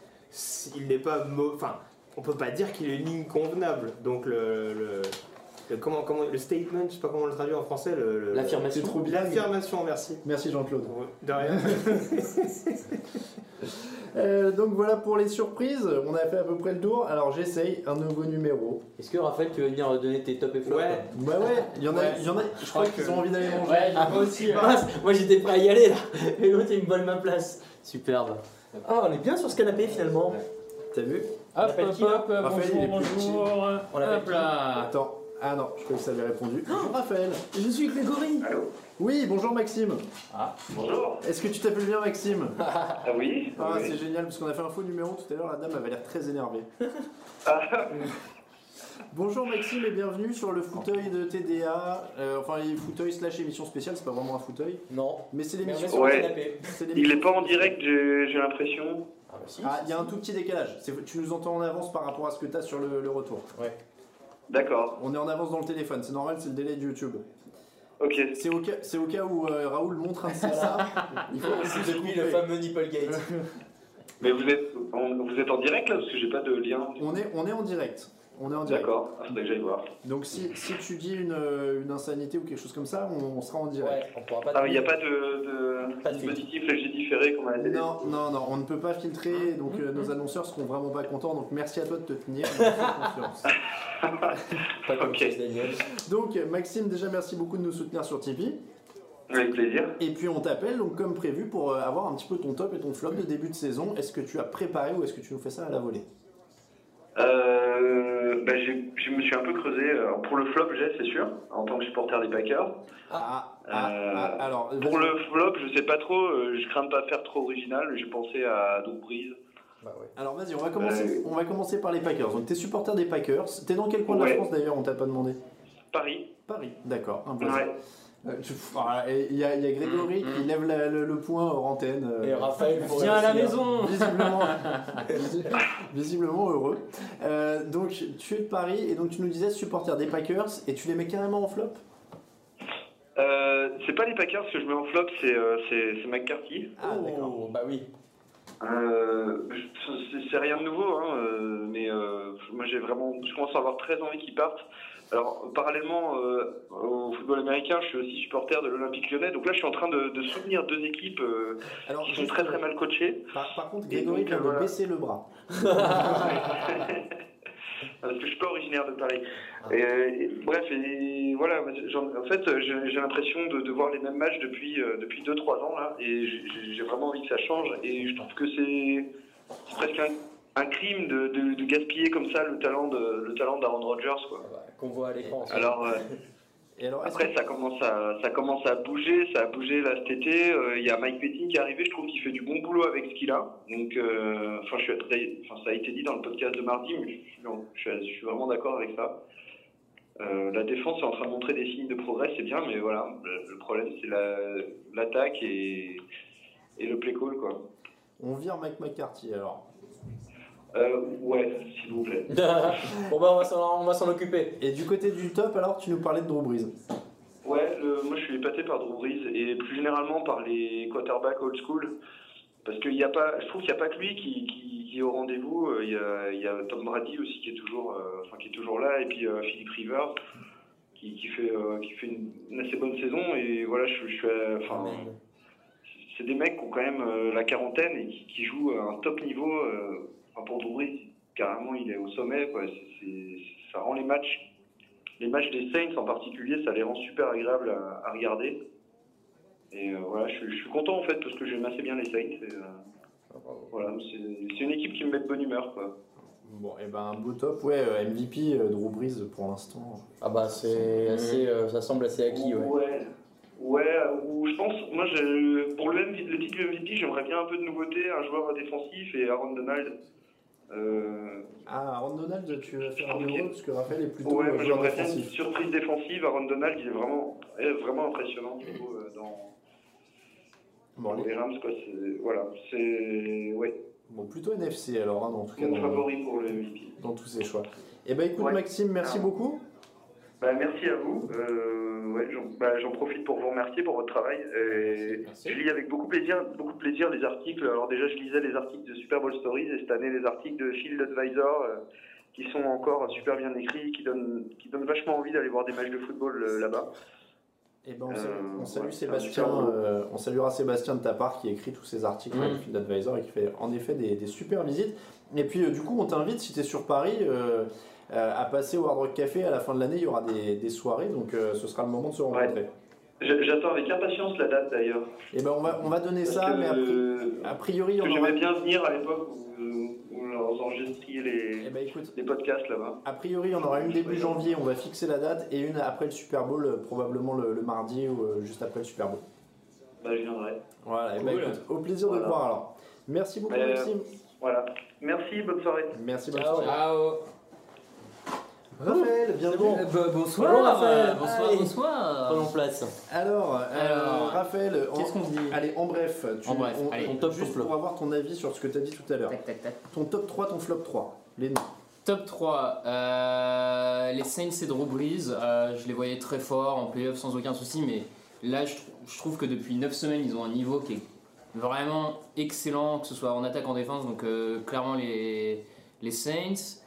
B: il n'est pas. mau- Enfin, on peut pas dire qu'il est une ligne convenable. Donc, le. le- le- comment, comment, le statement, je sais pas comment on le traduit en français. le- le-
F: L'affirmation.
C: C'est trop bien.
B: L'affirmation, merci.
C: Merci Jean-Claude.
B: De rien.
C: Euh, donc voilà pour les surprises, on a fait à peu près le tour. Alors j'essaye un nouveau numéro.
F: Est-ce que Raphaël, tu veux venir donner tes top E et flop
B: ouais.
C: Bah ouais, il y en a,
E: Ouais.
C: il y en a je crois
E: crois
C: qu'ils
E: que-
C: ont envie d'aller manger.
E: Ouais,
B: Ah,
E: moi aussi. ouais.
F: Mince, Moi j'étais prêt à y aller là, et l'autre il me vole ma place. Superbe. Ah, on est bien sur ce canapé finalement.
C: T'as vu
E: Hop, hop, hop,
C: Raphaël, il est
E: bonjour,
C: plus petit.
E: bonjour.
C: On l'appelle
E: Hop là.
C: Attends, Ah non, je croyais que ça avait répondu. Bonjour Raphaël.
D: Je suis Grégory.
C: Oui, bonjour Maxime.
G: Bonjour.
C: Est-ce que tu t'appelles bien Maxime
G: Ah oui
C: Ah,
G: oui.
C: c'est génial parce qu'on a fait un faux numéro tout à l'heure. La dame avait l'air très énervée.
G: Ah,
C: Bonjour Maxime et bienvenue sur le fauteuil de TDA. Euh, enfin, il- fauteuil slash émission spéciale, c'est pas vraiment un fauteuil,
F: Non.
C: mais c'est
F: Mais on est
C: l'émission.
F: sur
G: Ouais.
F: le canapé.
C: c'est
G: Il
C: l'émission-
G: est pas en direct, j'ai j'ai l'impression.
F: Ah bah si.
C: Ah, il y a un tout petit décalage. C'est- Tu nous entends en avance par rapport à ce que tu as sur le, le retour.
G: D'accord.
C: On est en avance dans le téléphone, c'est normal, c'est le délai de YouTube.
G: Ok.
C: C'est au cas, c'est au cas où euh, Raoul montre un ça. Il faut aussi se
F: C'est lui le
C: couper.
F: fameux Nipplegate.
G: Mais vous êtes, on- vous êtes en direct là parce que j'ai pas de lien.
C: On est, on est en direct. On est en direct.
G: D'accord. Ah, faudrait que j'aille voir.
C: Donc si, si tu dis une, euh, une insanité ou quelque chose comme ça, on, on sera en direct.
F: Ouais, on pourra pas.
G: Ah, il n'y a pas de, de
F: Pas de
G: dispositif léger différé comme à la télé.
C: Non, non, non, on ne peut pas filtrer, donc euh,
G: Mhm.
C: nos annonceurs seront vraiment pas contents, donc merci à toi de te tenir. on te fait confiance.
F: Pas comme
G: Ok.
F: Chase Daniel.
C: donc Maxime, déjà merci beaucoup de nous soutenir sur Tipeee,
G: Avec plaisir.
C: et puis on t'appelle donc comme prévu pour euh, avoir un petit peu ton top et ton flop de début de saison. Est-ce que tu as préparé ou est-ce que tu nous fais ça à la volée
G: Euh, bah, j'ai- je me suis un peu creusé. Alors, pour le flop, j'ai, c'est sûr, en tant que supporter des Packers.
C: ah, ah,
G: Euh,
C: ah, alors
G: Pour le flop, je sais pas trop. euh, je crains de pas faire trop original. J'ai pensé à Doug Breeze.
F: Bah ouais.
C: Alors vas-y, on va commencer.
G: Euh,
C: On va commencer par les Packers. Donc t'es supporter des Packers. T'es dans quel coin de la
G: Ouais.
C: France d'ailleurs On t'a pas demandé.
G: Paris.
C: Paris. D'accord. Un voisin.
G: Ouais. Mm,
C: Euh, tu- ah, et Il y, a il y a Grégory qui lève la- le, le point hors antenne. euh,
F: Et Raphaël pourrait
D: Viens à la
F: aussi, hein.
D: maison.
C: visiblement, visiblement heureux. Euh, donc tu es de Paris et donc tu nous disais supporter des Packers et tu les mets carrément en flop.
G: Euh, c'est pas les Packers que je mets en flop, c'est euh, c'est- c'est McCarthy.
C: Ah d'accord.
F: Oh, bah oui.
G: Euh, je- c'est- c'est rien de nouveau, hein, euh, mais euh, moi j'ai vraiment, je commence à avoir très envie qu'ils partent. Alors parallèlement euh, au football américain, je suis aussi supporter de l'Olympique Lyonnais, donc là je suis en train de, de soutenir deux équipes euh,
C: Alors
G: qui sont très très mal coachées.
C: Par, par contre
G: Et
C: Grégory
G: donc,
C: vient
G: euh,
C: de
G: voilà.
C: baisser le bras.
G: Parce que je suis pas originaire de Paris. Et, euh, et- bref, et voilà. j'en- En fait, euh, j'ai j'ai l'impression de, de voir les mêmes matchs depuis euh, depuis deux trois ans là, et j'ai- j'ai- j'ai vraiment envie que ça change. Et je trouve que c'est c'est presque un, un crime de, de- de gaspiller comme ça le talent de le talent d'Aaron Rodgers quoi.
F: Ah bah, Qu'on voit à l'écran. ça.
G: Alors euh,
C: Et alors est-ce que-
G: après, ça commence à ça commence à bouger, ça a bougé là cet été. Euh, Il y a Mike Betting qui est arrivé. Je trouve qu'il fait du bon boulot avec ce qu'il a. Donc, euh, enfin, je suis très- enfin, ça a été dit dans le podcast de mardi, mais je suis, non, je suis- je suis vraiment d'accord avec ça. Euh, la défense est en train de montrer des signes de progrès, c'est bien, mais voilà, le, le problème c'est la- l'attaque et, et le play call quoi.
C: on vire Mike McCarthy alors.
G: Euh, ouais, s'il vous plaît.
F: bon bah on va s'en- on va s'en occuper.
C: Et du côté du top alors tu nous parlais de Drew Brees.
G: Ouais, le- moi je suis épaté par Drew Brees et plus généralement par les quarterbacks old school. Parce qu'il n'y a pas, je trouve qu'il n'y a pas que lui qui, qui- qui est au rendez-vous. Euh, Il y a, il y a Tom Brady aussi qui est toujours, euh, enfin, qui est toujours là et puis euh, Philippe Rivers qui, qui fait, euh, qui fait une, une assez bonne saison. Et voilà, je, je suis, euh, enfin,
F: Amen.
G: c'est des mecs qui ont quand même euh, la quarantaine et qui, qui jouent à un top niveau. euh, enfin, pour Drew Brees, carrément, il est au sommet. quoi. C'est- c'est- ça rend les matchs les matchs des Saints en particulier, ça les rend super agréables à, à regarder. Et euh, voilà, je, suis- je suis content en fait parce que j'aime assez bien les Saints. et, euh, voilà, c'est c'est une équipe qui me met de bonne humeur. Quoi.
C: Bon, et ben un beau top, ouais, euh, MVP euh, Drew Brees pour l'instant.
F: Ah bah c'est assez, euh, ça semble assez acquis ouais.
G: ouais. Ouais, ou je pense, moi je, pour le, MV le titre de MVP, j'aimerais bien un peu de nouveauté, un joueur défensif et Aaron Donald. Euh,
C: Ah, Aaron Donald, tu vas faire un
G: Ok.
C: euro parce que Raphaël est plutôt
G: ouais,
C: euh,
G: moi,
C: joueur
G: j'aimerais bien une
C: défensif.
G: surprise défensive. Aaron Donald, il est vraiment, est vraiment impressionnant je trouve, euh, dans,
C: Bon,
G: dans
C: les-
G: les Rams. Quoi, c'est- voilà, c'est ouais,
C: bon, plutôt NFC alors, hein, en tout cas,
G: mon
C: dans,
G: favori pour le MVP.
C: dans tous ses choix. Et ben écoute,
G: Ouais.
C: Maxime, merci
G: Ah.
C: beaucoup.
G: Bah, merci à vous. Euh, ouais, j'en bah, j'en profite pour vous remercier pour votre travail. Et
F: Merci, merci.
G: Je lis avec beaucoup plaisir, beaucoup de plaisir les articles. Alors déjà, je lisais les articles de Super Bowl Stories et cette année les articles de Field Advisor euh, qui sont encore super bien écrits, qui donnent, qui donnent vachement envie d'aller voir des matchs de football euh, là-bas.
C: Et ben on,
G: Euh,
C: salue, on salue
G: ouais,
C: Sébastien,
G: un petit peu.
C: euh, on saluera Sébastien de ta part qui écrit tous ces articles
F: Mm.
C: avec Field Advisor et qui fait en effet des, des super visites. Et puis euh, du coup, on t'invite si tu es sur Paris. euh, euh, à passer au Hard Rock Café à la fin de l'année, il y aura des, des soirées, donc euh, ce sera le moment de se rencontrer.
G: Je- J'attends avec impatience la date d'ailleurs.
C: Et ben on va, on va donner
G: Parce
C: ça, mais après,
G: que,
C: A priori,
G: que
C: on aura...
G: j'aimais bien venir à l'époque où, où on vous enregistriez les,
C: Eh ben, écoute,
G: les podcasts là-bas.
C: a priori, on aura une début janvier, on va fixer la date, et une après le Super Bowl, euh, probablement le, le mardi ou euh, juste après le Super Bowl.
G: Bah, je viendrai.
C: Voilà, eh ben,
D: Cool.
C: écoute, au plaisir de
G: Voilà.
C: te voir alors. Merci beaucoup,
G: Euh,
C: Maxime.
G: Voilà. Merci, bonne soirée.
C: Merci,
F: Ciao.
C: Maxime.
E: Ciao.
C: Raphaël, bienvenue.
D: Eh ben, bonsoir,
C: Bonjour, Raphaël.
D: euh, bonsoir,
C: Allez.
F: Prenons
D: bonsoir.
F: place.
C: Alors, euh,
D: Alors,
C: Raphaël, en-
D: Qu'est-ce qu'on se dit
C: Allez, en bref, tu-
D: En bref,
C: on,
D: allez,
F: on top,
C: juste
F: on flop.
C: pour avoir ton avis sur ce que tu as dit tout à l'heure.
D: Tac, tac, tac.
C: Ton top 3, ton flop 3. Les noms.
D: Top 3, euh, les Saints et Drew Brees, euh, je les voyais très forts en playoff sans aucun souci, mais là je, tr- je trouve que depuis 9 semaines ils ont un niveau qui est vraiment excellent, que ce soit en attaque en défense, donc euh, clairement les, les Saints.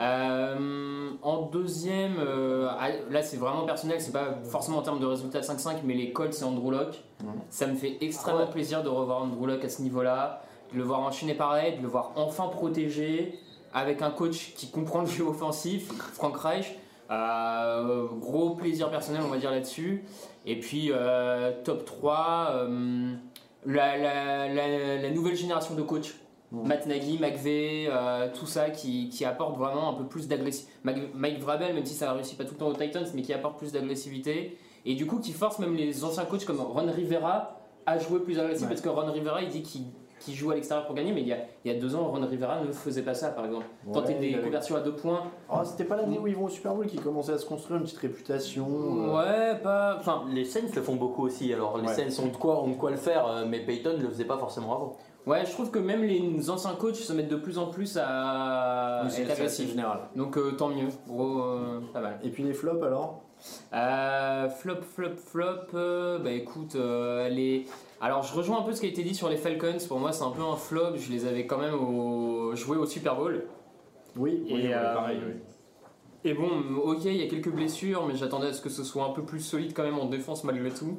D: Euh, en deuxième, euh, ah, là c'est vraiment personnel, c'est pas forcément en termes de résultats 5-5, mais les Colts c'est Andrew Locke. Ça me fait extrêmement plaisir de revoir Andrew Locke à ce niveau-là, de le voir enchaîner pareil, de le voir enfin protégé, avec un coach qui comprend le jeu offensif, Frank Reich. Euh, gros plaisir personnel, on va dire là-dessus. Et puis, euh, top 3, euh, la, la- la- la nouvelle génération de coachs. Matt Nagy, McVeigh, euh, tout ça qui, qui apporte vraiment un peu plus d'agressivité. Mike Vrabel, même si ça ne réussit pas tout le temps aux Titans, mais qui apporte plus d'agressivité. Et du coup, qui force même les anciens coachs comme Ron Rivera à jouer plus agressif parce que Ron Rivera, il dit qu'il qu'il joue à l'extérieur pour gagner, mais il y, a, il y a deux ans, Ron Rivera ne faisait pas ça, par exemple. Tenter
C: Ouais,
D: des
C: il avait-
D: conversions à deux points,
C: Oh, c'était pas l'année où ils vont au Super Bowl qui commençait à se construire une petite réputation. euh,
D: ouais, pas. Enfin,
F: Les Saints le font beaucoup aussi, alors les
C: Ouais.
F: Saints ont de quoi, ont de quoi le faire, euh, mais Peyton le faisait pas forcément avant.
D: Ouais, je trouve que même les anciens coachs se mettent de plus en plus à
C: mais c'est-
D: être
C: c'est assez
D: agressifs.
C: général.
D: Donc euh, tant mieux, gros, euh, pas mal.
C: Et puis les flops alors
D: Euh, flop, flop, flop. euh, bah écoute, euh, les. Alors je rejoins un peu ce qui a été dit sur les Falcons. Pour moi, c'est un peu un flop. Je les avais quand même au... joués au Super Bowl.
C: Oui, oui,
D: Et,
C: oui,
D: euh,
C: pareil. oui.
D: Et bon, ok, il y a quelques blessures, mais j'attendais à ce que ce soit un peu plus solide quand même en défense malgré tout.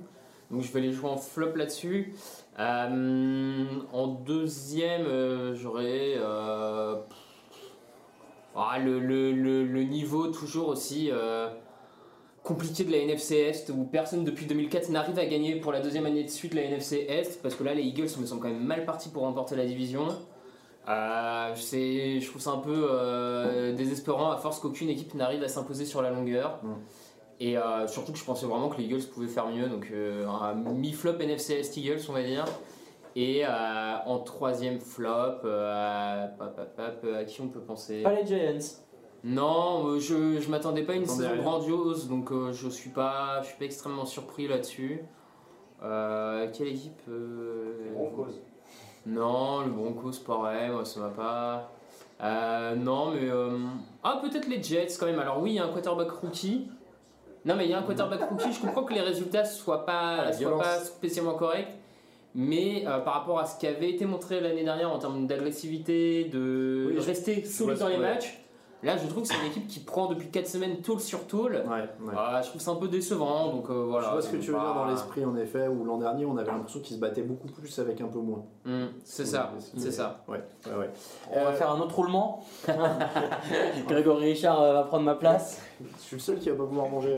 D: Donc je vais les jouer en flop là-dessus. Euh, en deuxième, euh, j'aurais euh, pff, ah, le, le- le- le niveau toujours aussi euh, compliqué de la NFC Est, où personne depuis 2004 n'arrive à gagner pour la deuxième année de suite la NFC Est, parce que là les Eagles me semblent quand même mal partis pour remporter la division. Euh, c'est- je trouve ça un peu euh, désespérant à force qu'aucune équipe n'arrive à s'imposer sur la longueur.
C: Mm.
D: Et euh, surtout que je pensais vraiment que les Eagles pouvaient faire mieux, donc euh, un mi-flop NFC Est Eagles, on va dire. Et euh, en troisième flop, euh, hop, hop, hop, à qui on peut penser
F: Pas les Giants.
D: Non, euh, je, je m'attendais pas à une
C: Attendez
D: saison
C: rien.
D: grandiose, donc euh, je suis pas, je suis pas extrêmement surpris là-dessus. Euh, quelle équipe euh, non, le Broncos, pareil, moi ça m'a pas. Euh, non, mais. euh, Ah, peut-être les Jets quand même. Alors, oui, il y a un quarterback rookie. Non, mais il y a un quarterback rookie. Je comprends que les résultats soient pas,
C: Ah, la
D: soient
C: violence.
D: pas spécialement corrects. Mais euh, par rapport à ce qui avait été montré l'année dernière en termes d'agressivité, de
C: Oui, je-
D: rester solide dans
C: vois ce
D: les
C: que-
D: matchs, là je trouve que c'est une équipe qui prend depuis 4 semaines tôle sur tôle.
C: Ouais, ouais.
D: Ah, je trouve ça un peu décevant, donc euh, voilà.
C: je vois ce que tu veux
D: Bah,
C: dire dans l'esprit en effet, où l'an dernier on avait l'impression qu'ils se battaient beaucoup plus avec un peu moins.
D: hmm, c'est ça,
C: Oui,
D: c'est ça.
C: Ouais, ouais, ouais.
F: On va
C: Euh,
F: faire un autre roulement. Grégory Richard euh, va prendre ma place.
C: Je suis le seul qui va pas vouloir manger.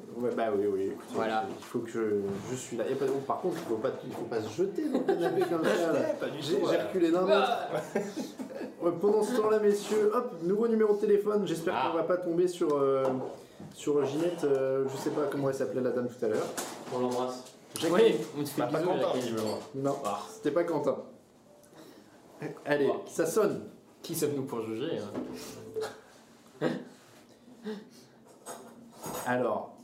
C: Ouais, bah oui, oui. écoute,
D: Voilà.
C: Il faut que je, je suis là. Et pas- par contre, il faut pas, il faut pas se jeter dans le canapé comme ça. là. J'ai j'ai reculé d'un mètre.
D: Bah.
C: Ouais, pendant ce temps-là, messieurs, hop, nouveau numéro de téléphone. J'espère
D: Ah.
C: qu'on va pas tomber sur, euh, sur Ginette. euh, je sais pas comment elle s'appelait la dame tout à l'heure.
F: On l'embrasse.
D: Oui, on te fait
B: Bah, pas
D: bisous, Jacques.
B: content, visiblement.
C: Non,
D: Bah.
C: c'était pas Quentin. Allez, ça sonne.
D: Qui sommes-nous pour juger hein
F: hein
C: Alors,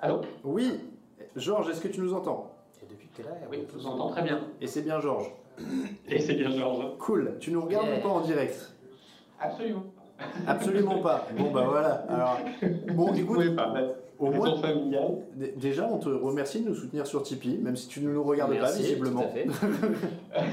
E: Allô
C: oui, Georges, est-ce que tu nous entends
F: Depuis que t'es là,
C: Oui,
F: je vous entends très bien.
C: Et c'est bien Georges.
F: Et c'est bien Georges.
C: Cool. Tu nous regardes
F: Yeah.
C: ou pas en direct
H: Absolument.
C: Absolument pas. Bon bah voilà. Alors, bon écoute, au moins Dé- Déjà, on te remercie de nous soutenir sur Tipeee, même si tu ne nous regardes pas
H: Merci,
C: visiblement.
H: tout à fait.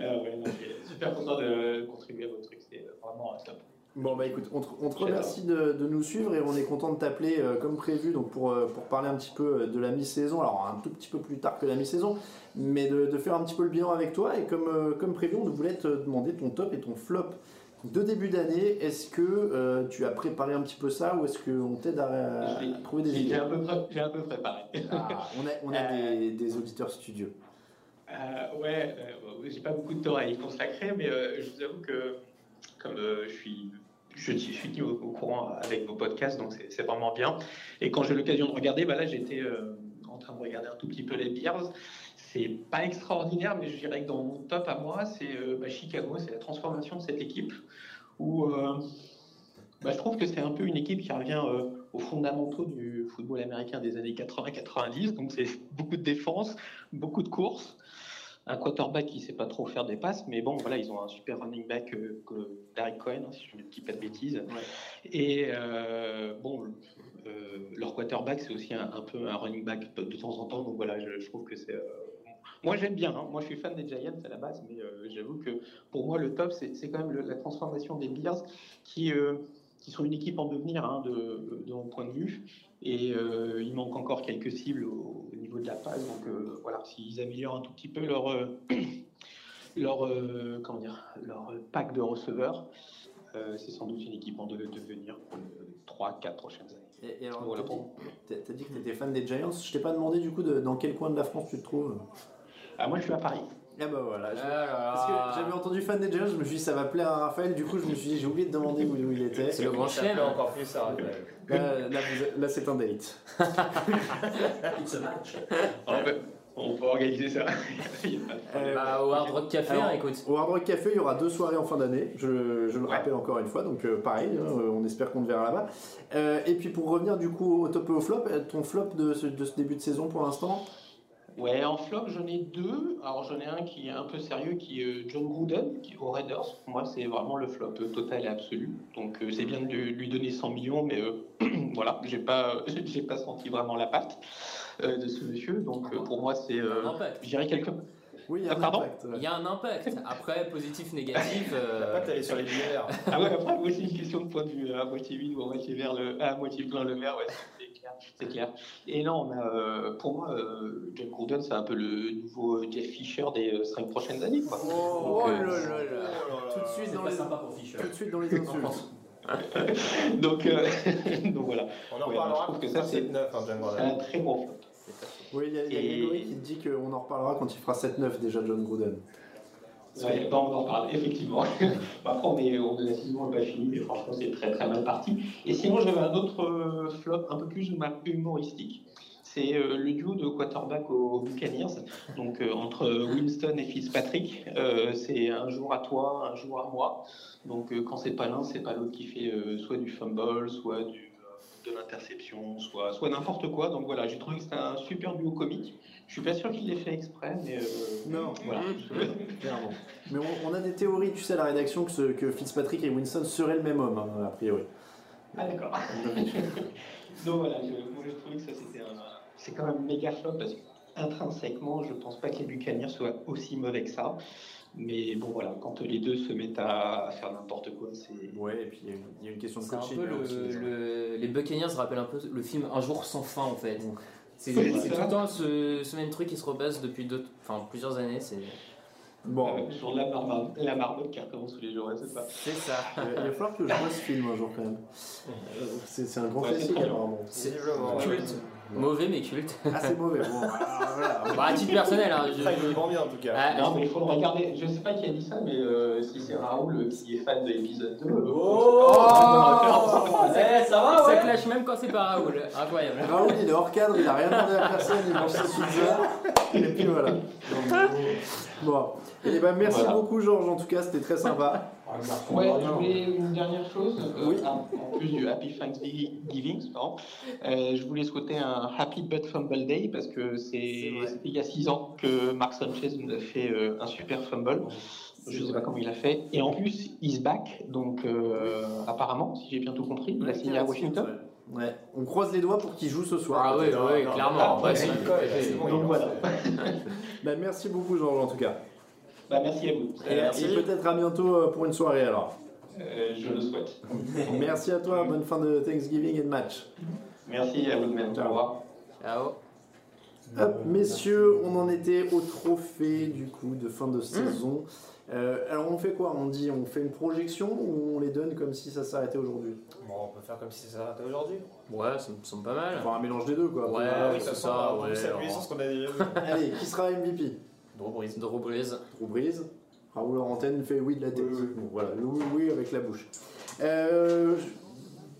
H: Ah ouais, non, je suis super content de contribuer à votre truc, c'est vraiment top.
C: Bon bah écoute, on te, on te
H: J'adore.
C: remercie de, de nous suivre et on est content de t'appeler euh, comme prévu donc pour, euh, pour parler un petit peu euh, de la mi-saison, alors un tout petit peu plus tard que la mi-saison, mais de, de faire un petit peu le bilan avec toi et comme, euh, comme prévu on voulait te demander ton top et ton flop de début d'année. Est-ce que euh, tu as préparé un petit peu ça ou est-ce qu'on t'aide à, à Ah, trouver des
H: J'ai j'ai
C: idées
H: un, peu pré- j'ai un peu préparé.
C: Ah, On a, on a des, des auditeurs studieux.
H: Euh, ouais, euh, bon, j'ai pas beaucoup de temps à y consacrer, mais euh, je vous avoue que comme euh, je suis je suis- je suis tenu au, au courant avec vos podcasts, donc c'est- c'est vraiment bien. Et quand j'ai l'occasion de regarder, bah là j'étais euh, en train de regarder un tout petit peu les Bears. C'est pas extraordinaire, mais je dirais que dans mon top à moi, c'est euh, bah, Chicago, c'est la transformation de cette équipe où euh, bah, je trouve que c'est un peu une équipe qui revient euh, aux fondamentaux du football américain des années 80-90. Donc c'est beaucoup de défense, beaucoup de courses, un quarterback qui sait pas trop faire des passes, mais bon voilà, ils ont un super running back, euh, que Derek Cohen, hein, si je ne dis pas de bêtises. Et euh, bon, euh, leur quarterback c'est aussi un, un peu un running back de temps en temps. Donc voilà, je, je trouve que c'est euh, moi j'aime bien, hein. moi je suis fan des Giants à la base, mais euh, j'avoue que pour moi le top c'est c'est quand même le- la transformation des Bears qui, euh, qui sont une équipe en devenir hein, de, de mon point de vue. Et euh, il manque encore quelques cibles au, au niveau de la passe. Donc euh, voilà, s'ils améliorent un tout petit peu leur, euh, leur, euh, comment dire, leur pack de receveurs, euh, c'est sans doute une équipe en de- devenir pour les 3-4 prochaines années.
C: Et, et alors,
H: Voilà
C: t'as
H: pour
C: dit- t'as t'as dit que t'étais fan des Giants. Je t'ai pas demandé du coup de- dans quel coin de la France tu te trouves.
H: Ah moi je suis à Paris.
C: Ah bah voilà. je-
H: Ah là là.
C: Parce que j'avais entendu fan des Giants, je me suis dit ça va plaire à Raphaël. Du coup, je me suis dit j'ai oublié de demander où, où il était.
D: C'est le grand
C: Ça
D: chelem.
C: plaît
D: plus ça. Raphaël.
C: Là, là, vous- là, c'est un date.
H: On peut, on peut organiser ça. Il y a pas de problème.
D: Euh, au Hard Rock Café,
C: Alors,
D: hein, écoute.
C: Au Hard Rock Café, il y aura deux soirées en fin d'année. Je, je le rappelle encore une fois. Donc euh, pareil, hein, euh, on espère qu'on te verra là-bas. Euh, et puis pour revenir du coup au top et au flop, euh, ton flop de ce, de ce début de saison pour l'instant
H: Ouais, en flop, j'en ai deux. Alors, j'en ai un qui est un peu sérieux, qui est euh, John Gruden, qui est aux Raiders. Pour moi, c'est vraiment le flop euh, total et absolu. Donc, euh, c'est bien de lui donner 100 millions, mais euh, voilà, j'ai pas, j'ai pas senti vraiment la patte euh, de ce monsieur.
C: Ah
H: Donc, euh, pour moi, c'est. euh, je dirais quelque.
C: Oui,
H: il y a Pardon
D: Il y a un impact. Après, positif, négatif.
H: L'impact, elle est sur les
D: lumières.
H: Ah ouais, après, moi, c'est une question de point de vue, hein, à moitié vide ou à moitié vert, le, à moitié plein le verre, ouais, c'est clair, c'est clair. Et non, on a, euh, pour moi, euh, John Gruden, c'est un peu le nouveau Jeff Fisher des euh, cinq prochaines années, quoi.
C: Oh
H: Donc,
C: là
H: euh,
C: là là. Tout de suite dans les Tout de suite dans les insultes.
H: donc, euh, donc voilà.
B: On en
H: Ouais,
B: reparlera
H: je trouve que
C: Ah,
H: ça, c'est
B: neuf, hein, John Gruden.
H: c'est un très gros flop.
C: Oui, il y a, il y a
H: Et-
C: Grégory qui te dit qu'on en reparlera quand il fera 7-9 déjà, John Gruden.
H: Ouais, bon, on en parle, effectivement. Bon, Après, on est, on est relativement pas fini, mais franchement, c'est très très mal parti. Et sinon, j'avais un autre euh, flop un peu plus huma- humoristique. C'est euh, le duo de quarterback aux Buccaneers, donc euh, entre euh, Winston et Fitzpatrick. Euh, c'est un jour à toi, un jour à moi. Donc euh, quand c'est pas l'un, c'est pas l'autre qui fait euh, soit du fumble, soit du, euh, de l'interception, soit, soit n'importe quoi. Donc voilà, j'ai trouvé que c'était un super duo comique. Je suis pas sûr qu'il l'ait fait exprès, mais euh,
C: Non.
H: voilà. Mm-hmm.
C: Clairement. Mais on, on a des théories, tu sais, à la rédaction, que, ce- que Fitzpatrick et Winston seraient le même homme, hein, a priori.
H: Ah d'accord. Donc voilà, je, moi, je trouvais que ça c'était un... C'est quand même méga flop parce que intrinsèquement, je pense pas que les Buccaneers soient aussi mauvais que ça. Mais bon voilà, quand les deux se mettent à faire n'importe quoi, c'est...
C: Ouais, et puis il y a une- il y, a une question de
D: C'est un
C: coaching.
D: peu
C: là
D: le-
C: aussi.
D: le- les Buccaneers rappellent un peu le film Un jour sans fin en fait. C'est
C: C'est
D: c'est
C: ça.
D: tout le temps ce, ce même truc qui se repasse depuis deux, enfin, plusieurs années. C'est
C: Bon.
H: Euh, Sur la marmotte, la marmotte qui recommence tous les jours, ouais, c'est ça.
D: c'est ça.
C: Il va- il va falloir que je vois ce film un jour quand même. C'est c'est un grand
D: Ouais, c'est
C: classique
D: très bien.
C: apparemment.
D: C'est
H: euh,
D: culte. Mauvais mais culte.
C: Ah, c'est mauvais, bon. alors, voilà.
D: Bah, à titre personnel, hein, je- Très vivement
B: bien en tout cas.
D: Ah,
H: non mais il faut le regarder, je sais pas qui a dit ça, mais euh, si c'est Raoul qui est fan de l'épisode 2... euh,
D: Oh Eh, ça va,
H: ouais
D: Ça clash même quand c'est pas Raoul. Incroyable.
C: Raoul il est hors cadre, il a rien demandé à personne, il mange ses pizzas. Et puis voilà. Bon. Et ben, merci
H: Voilà.
C: beaucoup, Georges. En tout cas, c'était très sympa.
B: Ah,
H: Ouais, je voulais une dernière chose, euh, en en plus du Happy Thanksgiving, pardon. Euh, je voulais souhaiter un Happy But Fumble Day parce que c'est c'était il y a 6 ans que Mark Sanchez nous a fait euh, un super fumble. Je ne sais pas comment il a fait. Et en plus, he's back, donc euh, apparemment, si j'ai bien tout compris, il a signé à Washington.
C: Ouais. On croise les doigts pour qu'il joue ce soir.
H: Ah ouais, ouais, clairement. Ah, ouais, c'est- c'est bon,
C: Donc
H: il
C: voilà. Bah, merci beaucoup, Georges, en tout cas.
H: Bah, merci à vous.
C: Et,
H: Merci.
C: et peut-être à bientôt euh, pour une soirée alors.
H: Euh, je le souhaite.
C: Merci à toi, bonne fin de Thanksgiving et de match.
H: Merci à vous de même. Au revoir.
D: Ciao.
C: Hop, messieurs, on en était au trophée du coup de fin de saison. Euh, alors on fait quoi On dit on fait une projection ou on les donne comme si ça s'arrêtait aujourd'hui
B: Bon, on peut faire comme si ça s'arrêtait aujourd'hui.
D: Ouais, ça me semble pas mal.
C: Enfin, un mélange des deux quoi.
D: Ouais,
C: Voilà.
D: c'est ça, ouais.
C: Allez, qui sera MVP
D: Drew Brees. Drew Brees.
C: Drew Brees. Raoul Laurentaine Ah, fait oui de la tête. Bon, voilà, le oui, oui avec la bouche. Euh,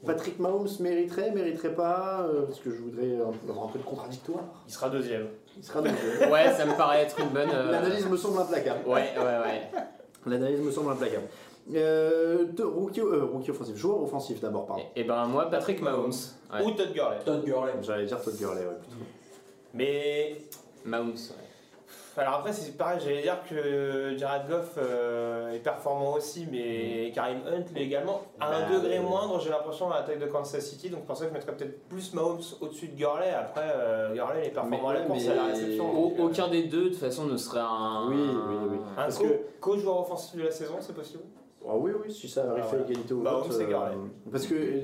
C: Patrick Mahomes mériterait, mériterait pas, euh, parce que je voudrais euh, avoir un peu de contradictoire.
B: Il sera deuxième.
C: Il sera deuxième.
D: Ouais, ça me paraît être une bonne. euh,
C: L'analyse me semble implacable.
D: Ouais, ouais, ouais.
C: L'analyse me semble implacable. Euh, de- rookie, euh, rookie offensif, joueur offensif d'abord, pardon.
D: Et ben moi, Patrick Mahomes. Ouais.
B: Ou Todd Gurley.
F: Todd Gurley.
C: J'allais dire Todd Gurley, ouais, plutôt.
B: Mais
D: Mahomes. ouais.
B: alors après, c'est pareil, j'allais dire que Jared Goff euh, est performant aussi, mais Karim Hunt l'est également. À un
D: Mm. Bah,
B: degré
D: ouais.
B: moindre, j'ai l'impression, à l'attaque de Kansas City, donc c'est pour ça que je mettrais peut-être plus Mahomes au-dessus de Gurley. Après, euh, Gurley, il est performant à la
D: ouais,
B: course, à la réception.
D: au- aucun des deux, de toute façon, ne serait un.
C: Oui, oui, oui.
B: Un
C: Parce
B: co-
C: que-
B: co-joueur offensif de la saison, c'est possible
C: Ah oui, oui, si ça arrive
B: Ah,
C: à
B: voilà.
C: égalité au
B: Bah,
C: vote,
B: on s'est
C: euh,
B: garé.
C: parce que euh,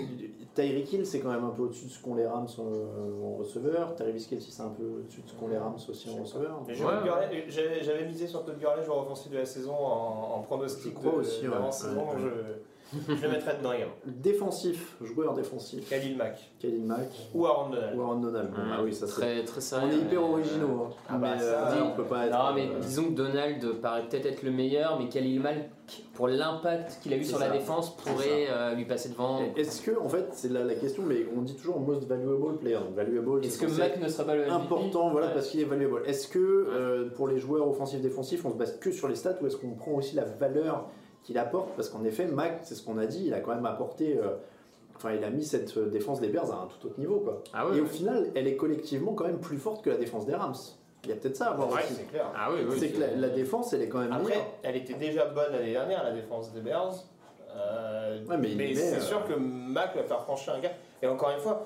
C: Tyreek Hill, c'est quand même un peu au-dessus de ce qu'ont les Rams en, euh, en receveur. Travis Kelsey, c'est un peu au-dessus de ce qu'ont les Rams aussi en receveur.
B: Mais
C: Je
B: j'ai
D: Ouais,
B: Todd Gurley- J'avais j'avais misé sur Todd Gurley, joueur offensif de la saison, en, en pronostic
C: crois
B: de-
C: aussi, ouais.
B: d'avant-saison,
C: Ouais, ouais.
B: Je, je le mettrais dedans également.
C: Défensif, joueur défensif,
B: Khalil Mack
C: Khalil Mack
B: ou Aaron Donald.
C: ou Aaron Donald. Bon,
D: Mmh.
C: ah oui, ça c'est.
D: Très, très
C: On
D: sérieux.
C: est hyper
D: mais,
C: originaux, hein.
B: ah bah,
C: mais
B: ça,
C: euh,
B: dis-
C: on peut pas
D: euh,
C: être.
D: Non, mais
C: euh,
D: disons que Donald paraît peut-être être le meilleur, mais Khalil Mack, pour l'impact qu'il a eu
C: C'est
D: sur
C: ça.
D: la défense, pourrait euh, lui passer devant.
C: Est-ce que, en fait, c'est la, la question, mais on dit toujours most valuable player. Donc, valuable,
D: Est-ce
C: c'est
D: que
C: censé
D: Mack ne serait pas le MVP
C: important, voilà,
D: Ouais.
C: parce qu'il est valuable. Est-ce que euh, pour les joueurs offensifs défensifs, on se base que sur les stats ou est-ce qu'on prend aussi la valeur qu'il apporte Parce qu'en effet, Mac, c'est ce qu'on a dit, il a quand même apporté. euh, Enfin, il a mis cette euh, défense des Bears à un tout autre niveau, quoi.
D: Ah oui,
C: Et au
D: oui.
C: final, elle est collectivement quand même plus forte que la défense des Rams. Il y a peut-être ça à voir
B: Ouais,
C: aussi.
B: c'est clair.
D: Ah oui, oui.
C: C'est que la, la défense, elle est quand même
B: Après,
C: meilleure.
B: elle était déjà bonne l'année dernière, la défense des Bears. Euh,
C: Ouais, mais
B: mais
C: il met,
B: c'est
C: euh,
B: sûr que Mac va faire franchir un gars. Et encore une fois,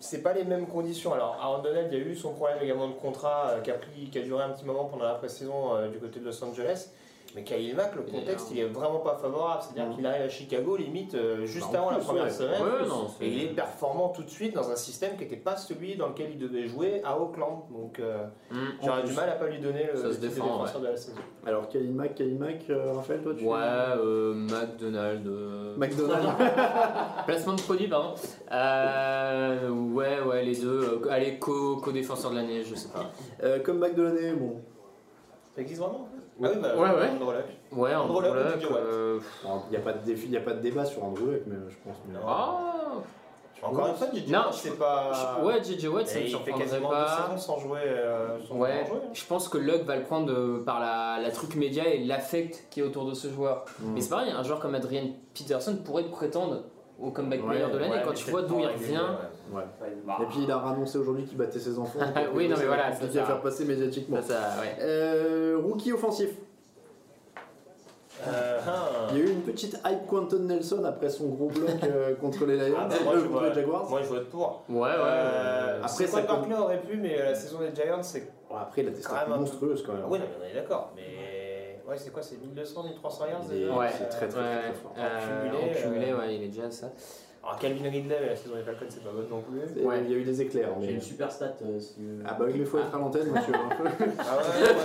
B: c'est pas les mêmes conditions. Alors, Aaron Donald, il y a eu son problème également de contrat euh, qui a, pris, qui a duré un petit moment pendant la pré-saison euh, du côté de Los Angeles. Mais Khalil Mack, le
D: Il est
B: contexte,
D: là.
B: il est vraiment pas favorable. C'est-à-dire
C: Mm.
B: qu'il arrive à Chicago, limite, euh, juste
C: Bah, en
B: avant la
C: plus,
B: première
C: ouais.
B: semaine.
D: Ouais, non, c'est-
B: et il est performant tout de suite dans un système qui n'était pas celui dans lequel il devait jouer à Auckland. Donc, euh,
D: Mm.
B: j'aurais du mal à pas lui donner le
D: Ça se
B: titre de
D: défend,
B: défenseur de la saison.
C: Alors, Khalil Mac, Khalil Mac, euh, Raphaël, toi, tu.
D: Ouais, euh, McDonald's. euh,
C: McDonald's.
D: Placement de produit, pardon. Euh, ouais, ouais, les deux. Euh, allez, co- co-défenseur de l'année, je sais pas.
C: Euh, comeback de l'année, bon.
B: Ça existe vraiment Ah oui, bah,
D: Ouais, ouais.
B: on relâche.
D: Ouais, en
B: Andrew Luck ou
D: Luck,
B: TJ Watt
D: euh,
C: Il n'y a, pas de défi- y a pas de débat sur Andrew Luck, mais je pense. mais-
D: ah,
B: Encore une fois, du
D: Non,
B: non, c'est pas. Ah,
D: Ouais, JJ Watt, ça
B: Et il
D: me
B: fait
D: surprendrait
B: quasiment deux
D: pas.
B: saisons sans jouer. euh, sans
D: Ouais,
B: jouer, hein.
D: je pense que Luck va le prendre euh, par la, la truc média et l'affect qui est autour de ce joueur. Mais c'est pareil, un joueur comme Adrian Peterson pourrait prétendre au comeback
C: Ouais,
D: player de l'année
B: Ouais,
D: quand
B: mais
D: tu
B: c'est
D: vois
B: le
D: d'où il
B: temps, est-
D: revient. Bah.
C: Ouais.
B: ouais.
C: Et puis il a annoncé aujourd'hui qu'il battait ses enfants.
D: Oui, non, mais voilà,
C: C'est
D: c'est
C: compliqué à
D: ça.
C: faire passer médiatiquement.
D: Ça, ça, ouais.
C: Euh, rookie offensif.
B: Euh, hein.
C: Il y a eu une petite hype Quentin Nelson après son gros bloc euh, contre les Lions,
B: Ah, bah,
C: euh,
B: moi, je
C: contre les
B: vois,
C: Jaguars.
B: moi je vote pour.
D: Ouais, ouais.
B: Euh,
C: après,
B: après,
C: ça
B: ça
C: compte.
B: Barkley aurait pu, mais euh, la saison des Giants, c'est.
C: Bon, après, il a des stats
B: Quand même un- Ah
C: monstrueuses quand même.
B: Oui, non, mais on est d'accord, mais. Ouais, c'est quoi C'est 1200, 1300 yards
C: Il est-
B: déjà
D: Ouais.
C: c'est très très
D: Ouais,
C: très fort.
D: euh,
B: En cumulé,
D: en cumulé,
B: euh,
D: ouais, il est déjà à ça.
B: Alors, Calvin Ridley, la saison des Falcons, c'est pas bonne non plus.
C: Et
D: ouais.
C: Il y a eu des éclairs.
F: J'ai
C: Mais...
F: une super stat euh, si tu veux.
C: Ah bah oui, mais il faut être à l'antenne, monsieur. hein.
B: Ah ouais, ouais,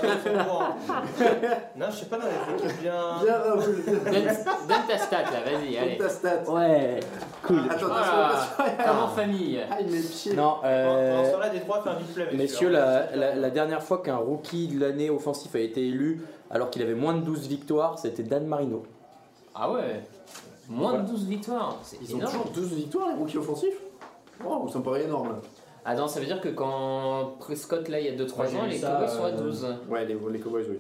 B: ouais, c'est pour, hein. Non, je sais pas, dans les équipes bien.
C: Bien, Raoul.
D: Donne, donne ta stat là, vas-y, allez.
C: ta stat.
F: Ouais, cool.
C: Attends, attention,
D: Voilà.
C: attention.
D: Comme en famille.
C: Ah, il met le pied.
F: Non,
B: Pendant ce
F: euh,
B: temps-là, Détroit fait un big play, messieurs.
F: messieurs, la, la- la dernière fois qu'un rookie de l'année offensif a été élu alors qu'il avait moins de 12 victoires, c'était Dan Marino.
D: Ah ouais. Moins de 12 victoires. C'est
C: Ils ont
D: énorme.
C: toujours 12 victoires, les rookies offensifs Wow, ça me paraît énorme.
D: Ah non, ça veut dire que quand Prescott, là, il y a 2-3
F: Ouais, j'ai
D: ans,
F: vu
D: les
F: ça,
D: Cowboys sont à
F: euh,
D: 12.
C: Ouais, les, les Cowboys, oui.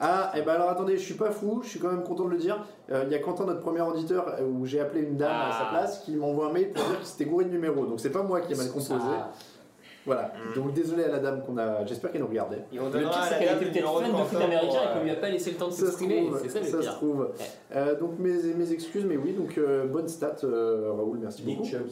C: Ah, et ben alors attendez, je suis pas fou, je suis quand même content de le dire. Euh, Il y a Quentin, notre premier auditeur, euh, où j'ai appelé une dame à sa place, qui m'envoie un mail pour dire qu'il s'était gouré de numéro. Donc c'est pas moi qui ai mal composé. Voilà.
I: Mm.
C: Donc désolé à la dame qu'on a. J'espère qu'elle nous regardait.
B: Et on
D: Le pire, c'est qu'elle était peut-être fan de foot américain et qu'on lui a pas laissé le temps de
C: Ça se
D: s'exprimer.
C: trouve,
D: C'est ça le
C: ça se
D: pire.
C: trouve. Euh, donc mes, mes excuses, mais oui, donc euh, bonne stat, euh, Raoul, merci beaucoup. Nick Chubb,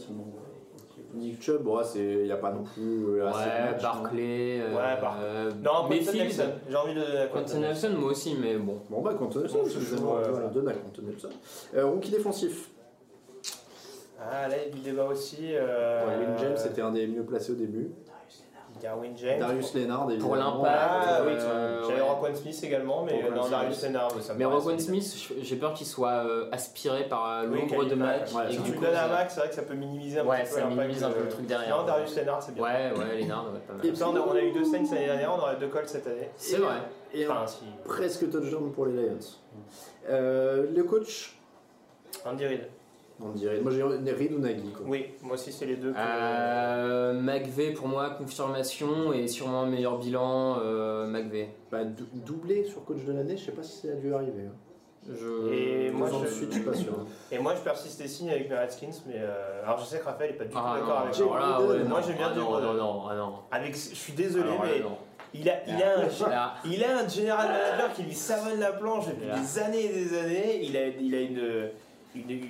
C: Nick Chubb, ouais, c'est- il n'y a pas non plus. euh, assez de matchs, hein.
D: Barclay. euh,
C: Ouais, Barclay. Non, Quentin Nelson.
B: J'ai envie de donner à
C: Quentin
D: Quentin Nelson, moi aussi, mais bon.
C: Bon bah Quentin Nelson, je vous donne à Quentin Nelson. Euh, rookie défensif.
B: Ah, là, il y a du débat aussi. Euh...
C: Darwin James était un des mieux placés au début.
B: Darwin James.
C: Darius Lennard,
B: Pour
C: évidemment.
B: l'impact. Ah, oui, J'avais
D: euh, ouais.
B: Roquan Smith également, mais euh,
D: Roquan
B: non,
D: Smith.
B: Darius Lennard, ça me
D: Mais
B: paraît
D: Rogan Smith, j'ai peur qu'il soit euh, aspiré par euh,
B: Oui,
D: l'ombre de
B: Kalil Mack.
D: match.
B: Si tu le donnes à Max, c'est vrai que ça peut minimiser un
D: Ouais,
B: petit peu
D: ça
B: l'impact
D: minimise un peu
B: de-
D: le truc derrière.
B: Non, Darius Lennard, c'est bien.
D: Ouais, ouais, Lénard, ouais, pas mal.
B: Et bah, ça, on a, on a eu deux scènes l'année dernière, on aura deux calls cette année.
D: C'est vrai.
C: Et
B: Enfin,
C: un
B: si.
C: presque touchdown pour les Lions. Euh, le coach
B: Andy Reid.
C: On dirait. Moi j'ai Reid ou Nagy. Quoi.
B: Oui, moi aussi, c'est les deux. que-
D: Euh, McVeigh, pour moi, confirmation et sûrement un meilleur bilan. Euh, McVeigh.
C: Bah, dou- doublé sur coach de l'année, je sais pas si ça a dû arriver. hein.
D: Je...
B: Et
C: Deux
B: moi,
C: ans
B: je...
C: de suite, je suis pas sûr.
B: Et moi, je persiste et signe avec mes Redskins, mais euh, alors je sais que Raphaël est pas du tout
D: Ah non,
B: d'accord avec
D: alors là,
B: moi.
D: ouais,
B: moi,
D: non,
B: j'aime bien
D: ah
B: dire euh,
D: non, non, non, ah non.
B: Avec, je suis désolé,
D: Alors là,
B: mais
D: non.
B: il a, il a un, gé-
D: Là.
B: il a un général manager qui lui savonne la planche depuis
D: Là.
B: des années et des années. Il a, il a une, une, une- une-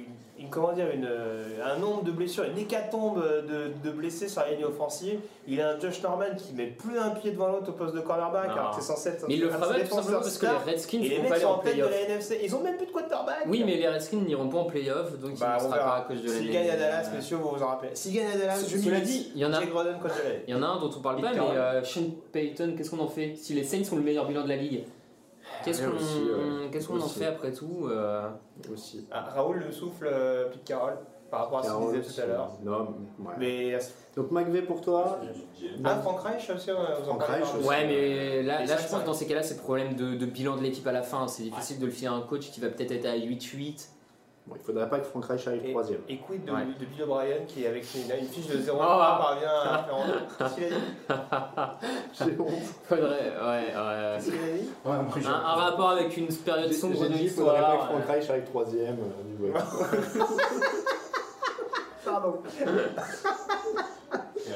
B: comment dire, une, euh, un nombre de blessures, une hécatombe de, de blessés sur la ligne offensive. Il a un Josh Norman qui met plus un pied devant l'autre au poste de cornerback,
D: Non.
B: alors que c'est censé être.
D: Ah. Mais il
B: un
D: le fera pas, tout
B: défenseur
D: simplement parce que
B: star.
D: les Redskins
B: Et les
D: vont
B: mecs
D: pas aller
B: sont
D: en
B: en tête de la
D: playoff.
B: NFC. Ils ont même plus de quarterback.
D: Oui, mais les Redskins n'iront pas en playoff, donc
B: Bah,
D: il
B: on
D: ne sera pas à
B: verra.
D: cause de l'année.
B: S'il gagne à Dallas,
D: Euh,
B: messieurs, vous vous en rappelez. S'il gagne à Dallas,
D: Ce-
B: je
D: cela
B: me dis,
D: dit, il y en a-
B: Jake Roden coach de l'année.
D: Il y en a un dont on parle pas, mais
B: Carroll.
D: euh, Sean Payton, qu'est-ce qu'on en fait Si les Saints sont le meilleur bilan de la ligue, qu'est-ce
C: Ouais,
D: qu'on
C: aussi, ouais.
D: qu'est-ce qu'on en
C: Aussi.
D: fait après tout euh,
C: Aussi.
B: Ah, Raoul le souffle, euh, Pete Carroll, par rapport à ce
C: Carroll,
B: qu'il disait tout à l'heure.
C: Non, ouais.
B: Mais. euh,
C: Donc McVeigh pour toi
B: Ah, Frank Reich aussi, euh, vous en
C: Frank
B: parlez
C: Reich
B: dans le-
D: Ouais, mais là,
B: Et ça,
D: là je pense
B: ça-
D: que dans ces cas-là, c'est le problème de, de bilan de l'équipe à la fin. C'est difficile de le fier à un coach qui va peut-être être à 8-8.
C: Bon, il faudrait pas que Frank Reich arrive troisième.
B: Et quid de,
D: Ouais.
B: de Bill O'Brien qui, avec une, une fiche de 0
D: Oh.
B: parvient à faire en. Qu'est-ce qu'il a dit
D: Faudrait, ouais, ouais.
B: Qu'est-ce qu'il a dit
C: Ouais, moi,
D: Un,
C: j'ai-
D: un rapport avec une période
C: J'ai
D: sombre de
C: j'ai dit, il faudrait pas que
D: l'histoire.
C: Frank Reich arrive troisième. euh, du web.
B: Pardon.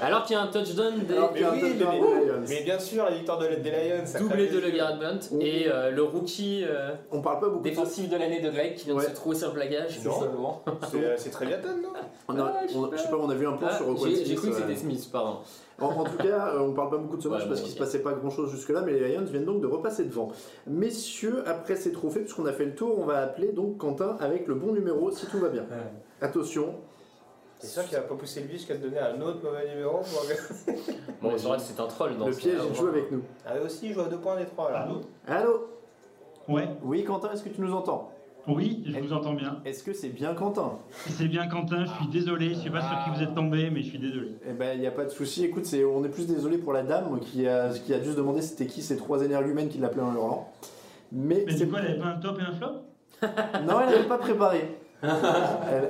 D: Alors qu'il y a un touchdown des
C: Alors qu'il
B: Mais
C: y a un
B: oui,
C: touchdown
B: mais-
C: des Lions.
B: Mais bien sûr, la victoire de, des Lions. ça
D: doublé
B: crève
D: de
B: les yeux.
D: LeGarrette Blunt et euh, le rookie euh,
C: On parle pas beaucoup. de-
D: défensif de l'année de Greg qui vient
C: Ouais.
D: de se trouver sur le plaquage.
B: Non.
D: simplement.
B: C'est euh, c'est très bien, non
C: On a-
D: Ah, je sais
C: on- je sais pas, on a vu un plan
D: Ah,
C: sur Roquan
D: J'ai j'ai
C: Smith,
D: cru que
C: ouais.
D: c'était Smith, pardon.
C: En, en tout cas, euh, on parle pas beaucoup de ce match
D: Ouais,
C: parce
D: bon,
C: qu'il se
D: ok.
C: passait pas grand chose jusque-là, mais les Lions viennent donc de repasser devant. Messieurs, après ces trophées, puisqu'on a fait le tour, on va appeler donc Quentin avec le bon numéro si tout va bien. Attention,
B: C'est sûr qu'il va pas pousser lui jusqu'à te donner un autre mauvais numéro pour que-
D: Bon, c'est vrai que c'est un troll dans
C: le
D: ce-
C: piège
D: Ah,
C: il
D: bon.
C: joue avec nous.
B: Ah, eux aussi, il joue à deux points des trois là.
C: Allô
J: Ouais,
C: Oui, Quentin, est-ce que tu nous entends
J: oui, je vous entends bien.
C: Est-ce que c'est bien Quentin
J: C'est bien Quentin, je suis désolé, je suis pas sur qui vous êtes tombé, mais je suis désolé.
C: Eh ben, il n'y a pas de souci. Écoute, c'est- on est plus désolé pour la dame qui a, qui a juste demandé c'était qui ces trois énergumènes qui l'appelaient en hurlant. Mais,
J: Mais
C: c'est
J: du coup, elle avait pas un top et un flop
C: Non, elle n'avait pas préparé. elle,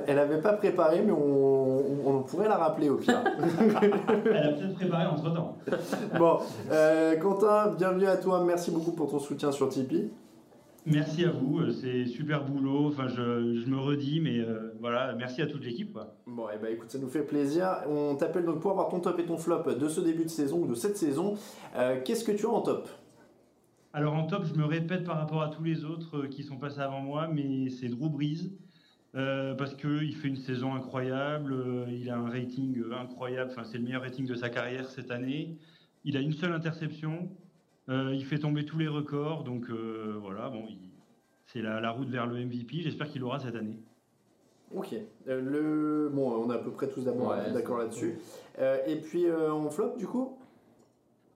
C: elle avait pas préparé, mais on, on- on pourrait la rappeler au pire.
J: Elle a peut-être préparé entre temps.
C: bon, euh, Quentin, bienvenue à toi. Merci beaucoup pour ton soutien sur Tipeee.
J: Merci à vous, euh, c'est super boulot. Enfin, je, je me redis, mais euh, voilà, merci à toute l'équipe. quoi.
C: Bon, et bah écoute, ça nous fait plaisir. On t'appelle donc pour avoir ton top et ton flop de ce début de saison ou de cette saison. Euh, Qu'est-ce que tu as en top
J: Alors en top, je me répète par rapport à tous les autres euh, qui sont passés avant moi, mais c'est Drew Brees. euh, parce qu'il fait une saison incroyable, euh, il a un rating euh, incroyable, enfin, c'est le meilleur rating de sa carrière cette année. Il a une seule interception, euh, il fait tomber tous les records, donc euh, voilà, bon, il- c'est la, la route vers le MVP, j'espère qu'il l'aura cette année.
C: Ok. Euh, le... Bon, on est à peu près tous d'abord-
D: Ouais,
C: d'accord là-dessus. Euh, et puis euh, en flop, du coup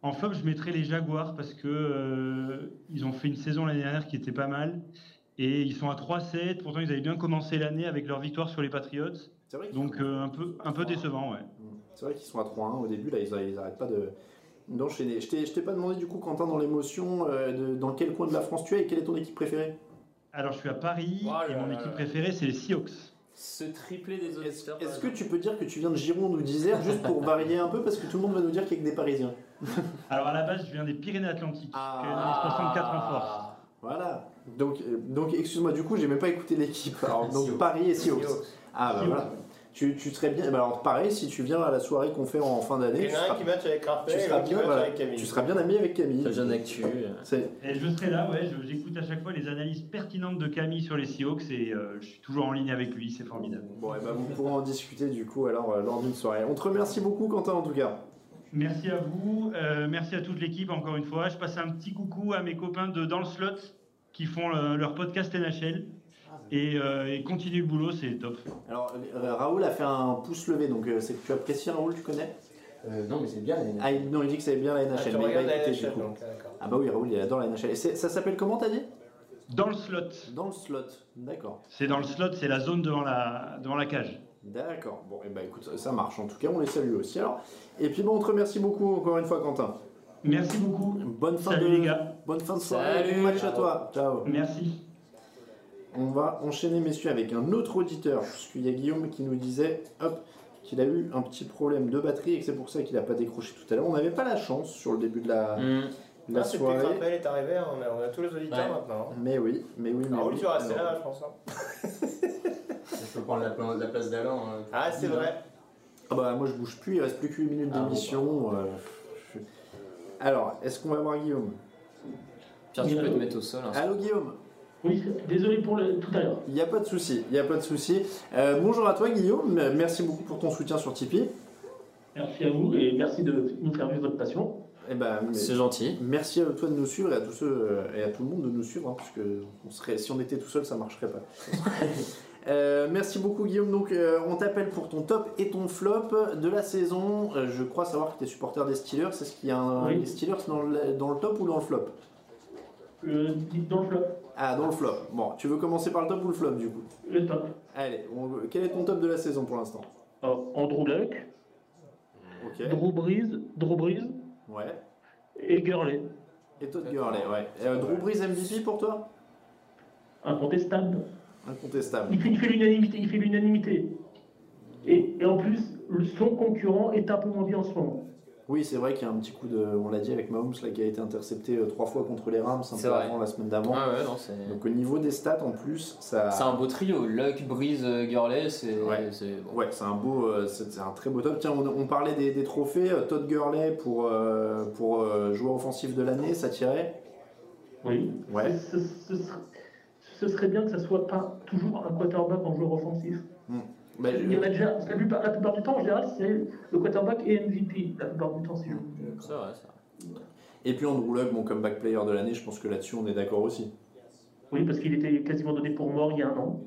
J: En flop, je mettrais les Jaguars parce que euh, ils ont fait une saison l'année dernière qui était pas mal. Et ils sont à 3-7, pourtant ils avaient bien commencé l'année avec leur victoire sur les Patriots.
C: C'est vrai qu'ils
J: Donc
C: sont-
J: euh, un, peu, un peu décevant, ouais.
C: C'est vrai qu'ils sont à 3-1 au début, là ils, ils arrêtent pas de d'enchaîner. Je t'ai- je t'ai pas demandé du coup Quentin dans l'émotion euh, de- dans quel coin de la France tu es et quelle est ton équipe préférée
J: Alors je suis à Paris
D: Oh là
J: et mon
D: là
J: équipe
D: là.
J: préférée c'est les Seahawks.
D: Ce triplé des euh, auditeurs.
C: Est-ce que tu peux dire que tu viens de Gironde ou d'Isère juste pour varier un peu parce que tout le monde va nous dire qu'il y a que des Parisiens
J: Alors à la base, je viens des Pyrénées-Atlantiques. Pyrénées 64 en force.
C: Ah. Voilà. Donc, euh, donc excuse-moi, du coup, j'ai même pas écouté l'équipe. Alors, donc Paris et Seahawks. Ah, bah
B: Seahawks.
C: voilà. Tu, tu serais bien. bah, alors, pareil, si tu viens à la soirée qu'on fait en fin d'année,
B: Il y en
C: Ah, tu
B: a un
C: seras,
B: qui match avec Raphaël
C: tu
B: et
C: seras
B: l'autre qui
C: bien,
B: match
C: voilà,
B: avec Camille.
C: tu seras bien ami avec Camille.
B: Ça
F: jeune actu.
C: C'est-
J: Et je serai là, ouais, je- j'écoute à chaque fois les analyses pertinentes de Camille sur les Seahawks et euh, je suis toujours en ligne avec lui, c'est formidable.
C: Bon, et ben vous pourrez en discuter du coup alors euh, lors d'une soirée. On te remercie beaucoup, Quentin, en tout cas.
J: Merci à vous, euh, merci à toute l'équipe encore une fois. Je passe un petit coucou à mes copains de Dans le Slot qui font le- leur podcast NHL et, euh, et continue le boulot, c'est top.
C: Alors, euh, Raoul a fait un pouce levé, donc euh, c'est que tu apprécies Raoul, tu connais
F: Euh, Non, mais c'est bien la
C: Ah, il- non, il dit que c'est bien la
B: Ah,
C: NHL,
B: tu
C: mais il va
B: regardes la
C: écouter du
B: NHL,
C: coup.
B: donc, d'accord.
C: Ah bah oui, Raoul, il adore la NHL. Et c'est- ça s'appelle comment, t'as dit
J: Dans le slot.
C: Dans le slot, d'accord.
J: C'est dans le slot, c'est la zone devant la, devant la cage.
C: D'accord. Bon, et bah écoute, ça- ça marche. En tout cas, on les salue aussi. Alors, et puis bon, on te remercie beaucoup encore une fois, Quentin.
J: Merci beaucoup.
C: Bonne fin
J: Salut,
C: de
J: les gars.
C: bonne fin de soirée.
J: Salut.
C: Bon match à toi. Ciao.
J: Merci.
C: On va enchaîner, messieurs, avec un autre auditeur, puisqu'il y a Guillaume qui nous disait, hop, qu'il a eu un petit problème de batterie et que c'est pour ça qu'il n'a pas décroché tout à l'heure. On n'avait pas la chance sur le début de la, de la
B: Ah, c'est depuis que
C: soirée.
B: Raphaël est arrivé, hein, on a, on a tous les auditeurs
C: Mm. Ouais.
B: maintenant. hein.
C: Mais oui, mais oui, mais
B: Raoul,
C: oui.
B: tu vas rester
C: Alors,
B: là, je pense. hein.
F: Je peux prendre la, la place d'Alan. hein.
B: Ah, c'est vrai.
C: Ah bah moi je bouge plus, il reste plus que 8 minutes
K: Ah
C: d'émission.
K: bah.
C: euh, je- Alors, est-ce qu'on va voir Guillaume
D: Pierre, tu peux te mettre au sol. hein.
C: Allô Guillaume
K: Oui, désolé pour le tout à l'heure.
C: Il n'y a pas de souci, il n'y a pas de souci. Euh, bonjour à toi Guillaume, merci beaucoup pour ton soutien sur Tipeee.
K: Merci à vous et merci de nous faire vivre votre passion.
C: Eh ben, mais-
K: C'est gentil.
C: Merci à toi de nous suivre et à, tous ceux, euh, et à tout le monde de nous suivre, hein, parce que on serait, si on était tout seul, ça marcherait pas. Euh, merci beaucoup Guillaume. Donc euh, on t'appelle pour ton top et ton flop de la saison. Euh, je crois savoir que tu es supporter des Steelers. Est-ce qu'il y a un,
K: Oui.
C: les Steelers dans le, dans le top ou dans le flop
K: Euh, dans le flop.
C: Ah dans le flop. Bon, tu veux commencer par le top ou le flop du coup
K: Le top.
C: Allez, on- quel est ton top de la saison pour l'instant
K: Alors, Andrew Luck,
C: Ok.
K: Drew Brees, Drew Brees
C: Ouais.
K: et Gurley.
C: Et Todd Gurley, ouais. Euh, Drew Brees MVP pour toi
K: Incontestable.
C: Incontestable.
K: Il fait, il fait l'unanimité. Il fait l'unanimité. Et, et en plus, le- son concurrent est un peu moins bien en ce moment.
C: Oui, c'est vrai qu'il y a un petit coup de. On l'a dit avec Mahomes, là, qui a été intercepté euh, trois fois contre les Rams, un
D: C'est
C: peu
D: vrai.
C: avant la semaine d'avant.
D: Ah ouais, non, c'est-
C: Donc au niveau des stats, en plus, ça.
D: C'est un beau trio. Luck, Breeze, euh, Gurley, c'est.
C: Ouais,
D: c'est bon.
C: Ouais, c'est un beau, euh, c'est c'est un très beau top. Tiens, on, on parlait des, des trophées. euh, Todd Gurley pour euh, pour euh, joueur offensif de l'année, ça tirait.
K: Oui.
C: Ouais.
K: Ce, ce serait, ce serait bien que ça soit pas toujours un quarterback en joueur offensif.
C: Mm. Bah,
K: Il y en a déjà, la plupart, la plupart du temps, en général, c'est le quarterback et MVP, la plupart du temps, si je
D: C'est vrai, ça.
C: Et puis Andrew Luck, mon comeback player de l'année, je pense que là-dessus on est d'accord aussi.
K: Oui, parce qu'il était quasiment donné pour mort il y a un an.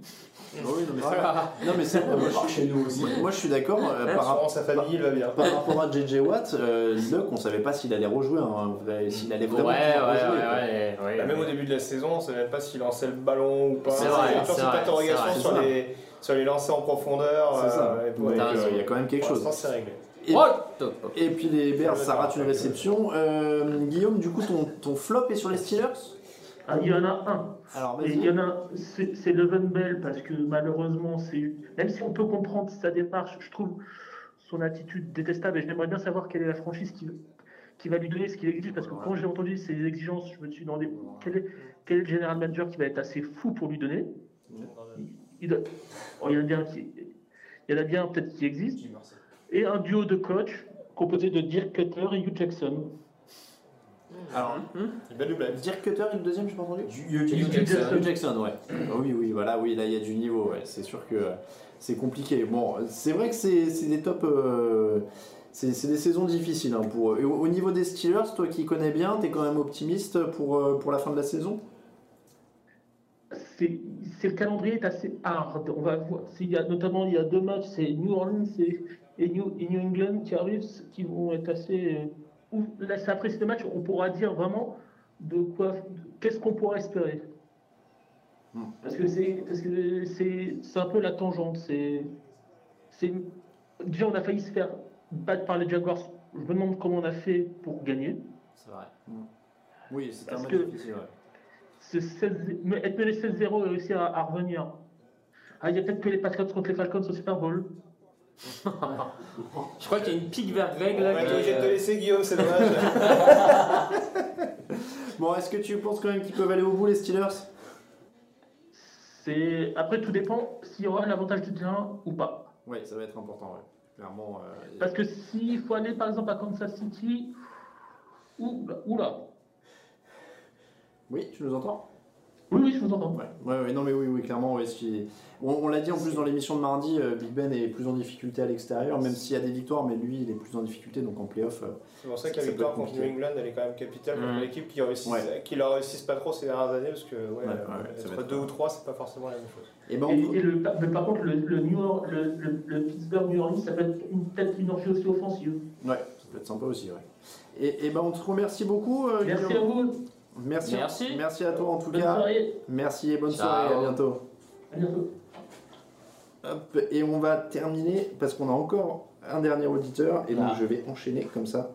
C: Ah oui, non, mais c'est vrai. Non, mais c'est vrai, moi, je suis- moi- Moi je suis d'accord. euh, par, rapport-
B: Eh, sa famille, il va bien.
C: par rapport à JJ Watt, euh, Luck, on savait pas s'il allait rejouer, hein, vrai- s'il allait vraiment rejouer. quoi.
B: Bah, même au début de la saison, on savait même pas s'il lançait le ballon ou pas.
C: C'est
B: Il y
C: vrai,
B: avait toujours
C: c'est
B: cette
C: vrai,
B: interrogation
C: c'est vrai,
B: sur
C: c'est
B: les, sur les lancers en profondeur.
C: C'est ça.
B: euh, et pour-
C: Donc,
B: et
C: t'as raison,
B: que-
C: il y a quand même quelque
B: pour
C: chose.
B: l'instant, c'est réglé.
C: Et, et puis les Bears, ça rate une réception. Euh, Guillaume, du coup, ton, ton flop est sur les Steelers
K: Ah, il y en a un.
C: Alors,
K: Et
C: vas-y.
K: il y en a un, c'est c'est Leven Bell, parce que malheureusement, c'est même si on peut comprendre sa démarche, je trouve son attitude détestable et j'aimerais bien savoir quelle est la franchise qui, qui va lui donner ce qu'il exige. Parce que quand j'ai entendu ses exigences, je me suis demandé quel est, quel est le general manager qui va être assez fou pour lui donner. Il, doit- oh, il y en a bien qui- il y en a bien peut-être qui existe. Et un duo de coachs composé de Dirk Cutter et Hugh Jackson.
C: Alors, Dirk Cutter et le deuxième, j'ai pas entendu Hugh
K: Jackson. Jackson.
C: Hugh Jackson, ouais. Ah oui, oui, voilà, oui, là, il y a du niveau, ouais. C'est sûr que euh, c'est compliqué. Bon, c'est vrai que c'est c'est des tops. euh, c'est c'est des saisons difficiles hein, pour eux. Et au, au niveau des Steelers, toi qui connais bien, t'es quand même optimiste pour, euh, pour la fin de la saison
K: c'est c'est- le calendrier est assez hard. On va voir. s'il y a- notamment, il y a deux matchs, c'est New Orleans et, et New, et New England qui arrivent, c- qui vont être assez. euh, ou- là, c'est après ces deux matchs, on pourra dire vraiment de quoi, de- qu'est-ce qu'on pourra espérer. Parce que c'est, parce que c'est, c'est un peu la tangente. C'est, c'est, déjà, on a failli se faire battre par les Jaguars. Je me demande comment on a fait pour gagner.
D: C'est vrai.
C: Oui, c'est
K: un
C: un
K: Parce
C: match
K: match que-
C: difficile,
K: Ce 16 mais être mené 16-0 et réussir à, à revenir. Ah, il y a peut-être que les Patriots contre les Falcons au Super Bowl.
D: Je crois qu'il y a une pique vers Greg là.
B: On va
D: qui-
B: être obligé de te laisser, Guillaume, c'est dommage.
C: Bon, est-ce que tu penses quand même qu'ils peuvent aller au bout, les Steelers
K: C'est Après, tout dépend s'il y aura l'avantage du terrain ou pas.
C: Oui, ça va être important, ouais. clairement. euh,
K: Parce que s'il faut aller par exemple à Kansas City, ou oula.
C: Oui, tu nous entends
K: Oui, oui, je vous entends.
C: Ouais, ouais, ouais, non, mais oui, oui, clairement. ouais, si- On, on l'a dit en plus dans l'émission de mardi, euh, Big Ben est plus en difficulté à l'extérieur, même s'il y a des victoires, mais lui, il est plus en difficulté, donc en playoff. euh,
B: C'est pour ça que
C: peut
B: la
C: être
B: victoire contre
C: compliqué.
B: New England, elle est quand même capitale contre
C: Mm.
B: l'équipe qui, réussit-
C: Ouais.
B: qui leur réussissent pas trop ces dernières années parce que ouais,
C: Ouais, ouais,
B: euh,
C: ça va
B: être
C: être-
B: deux ou trois, c'est pas forcément la même chose.
D: Eh
C: Et,
D: ben,
K: et le, mais par contre, le, le New Or- le, le- le Pittsburgh New Orleans, ça peut être une- peut-être une enjeu aussi offensive.
C: Ouais, ça peut être sympa aussi, ouais. Et, et ben, on te remercie beaucoup. euh,
K: Merci
C: Guillaume.
K: à vous.
C: Merci.
K: Merci.
C: Merci à toi en tout
K: Bonne
C: cas.
K: soirée.
C: Merci et bonne
K: Ciao.
C: soirée. À bientôt.
K: À bientôt.
C: Hop, et on va terminer parce qu'on a encore un dernier auditeur et donc
K: Ah.
C: je vais enchaîner comme ça.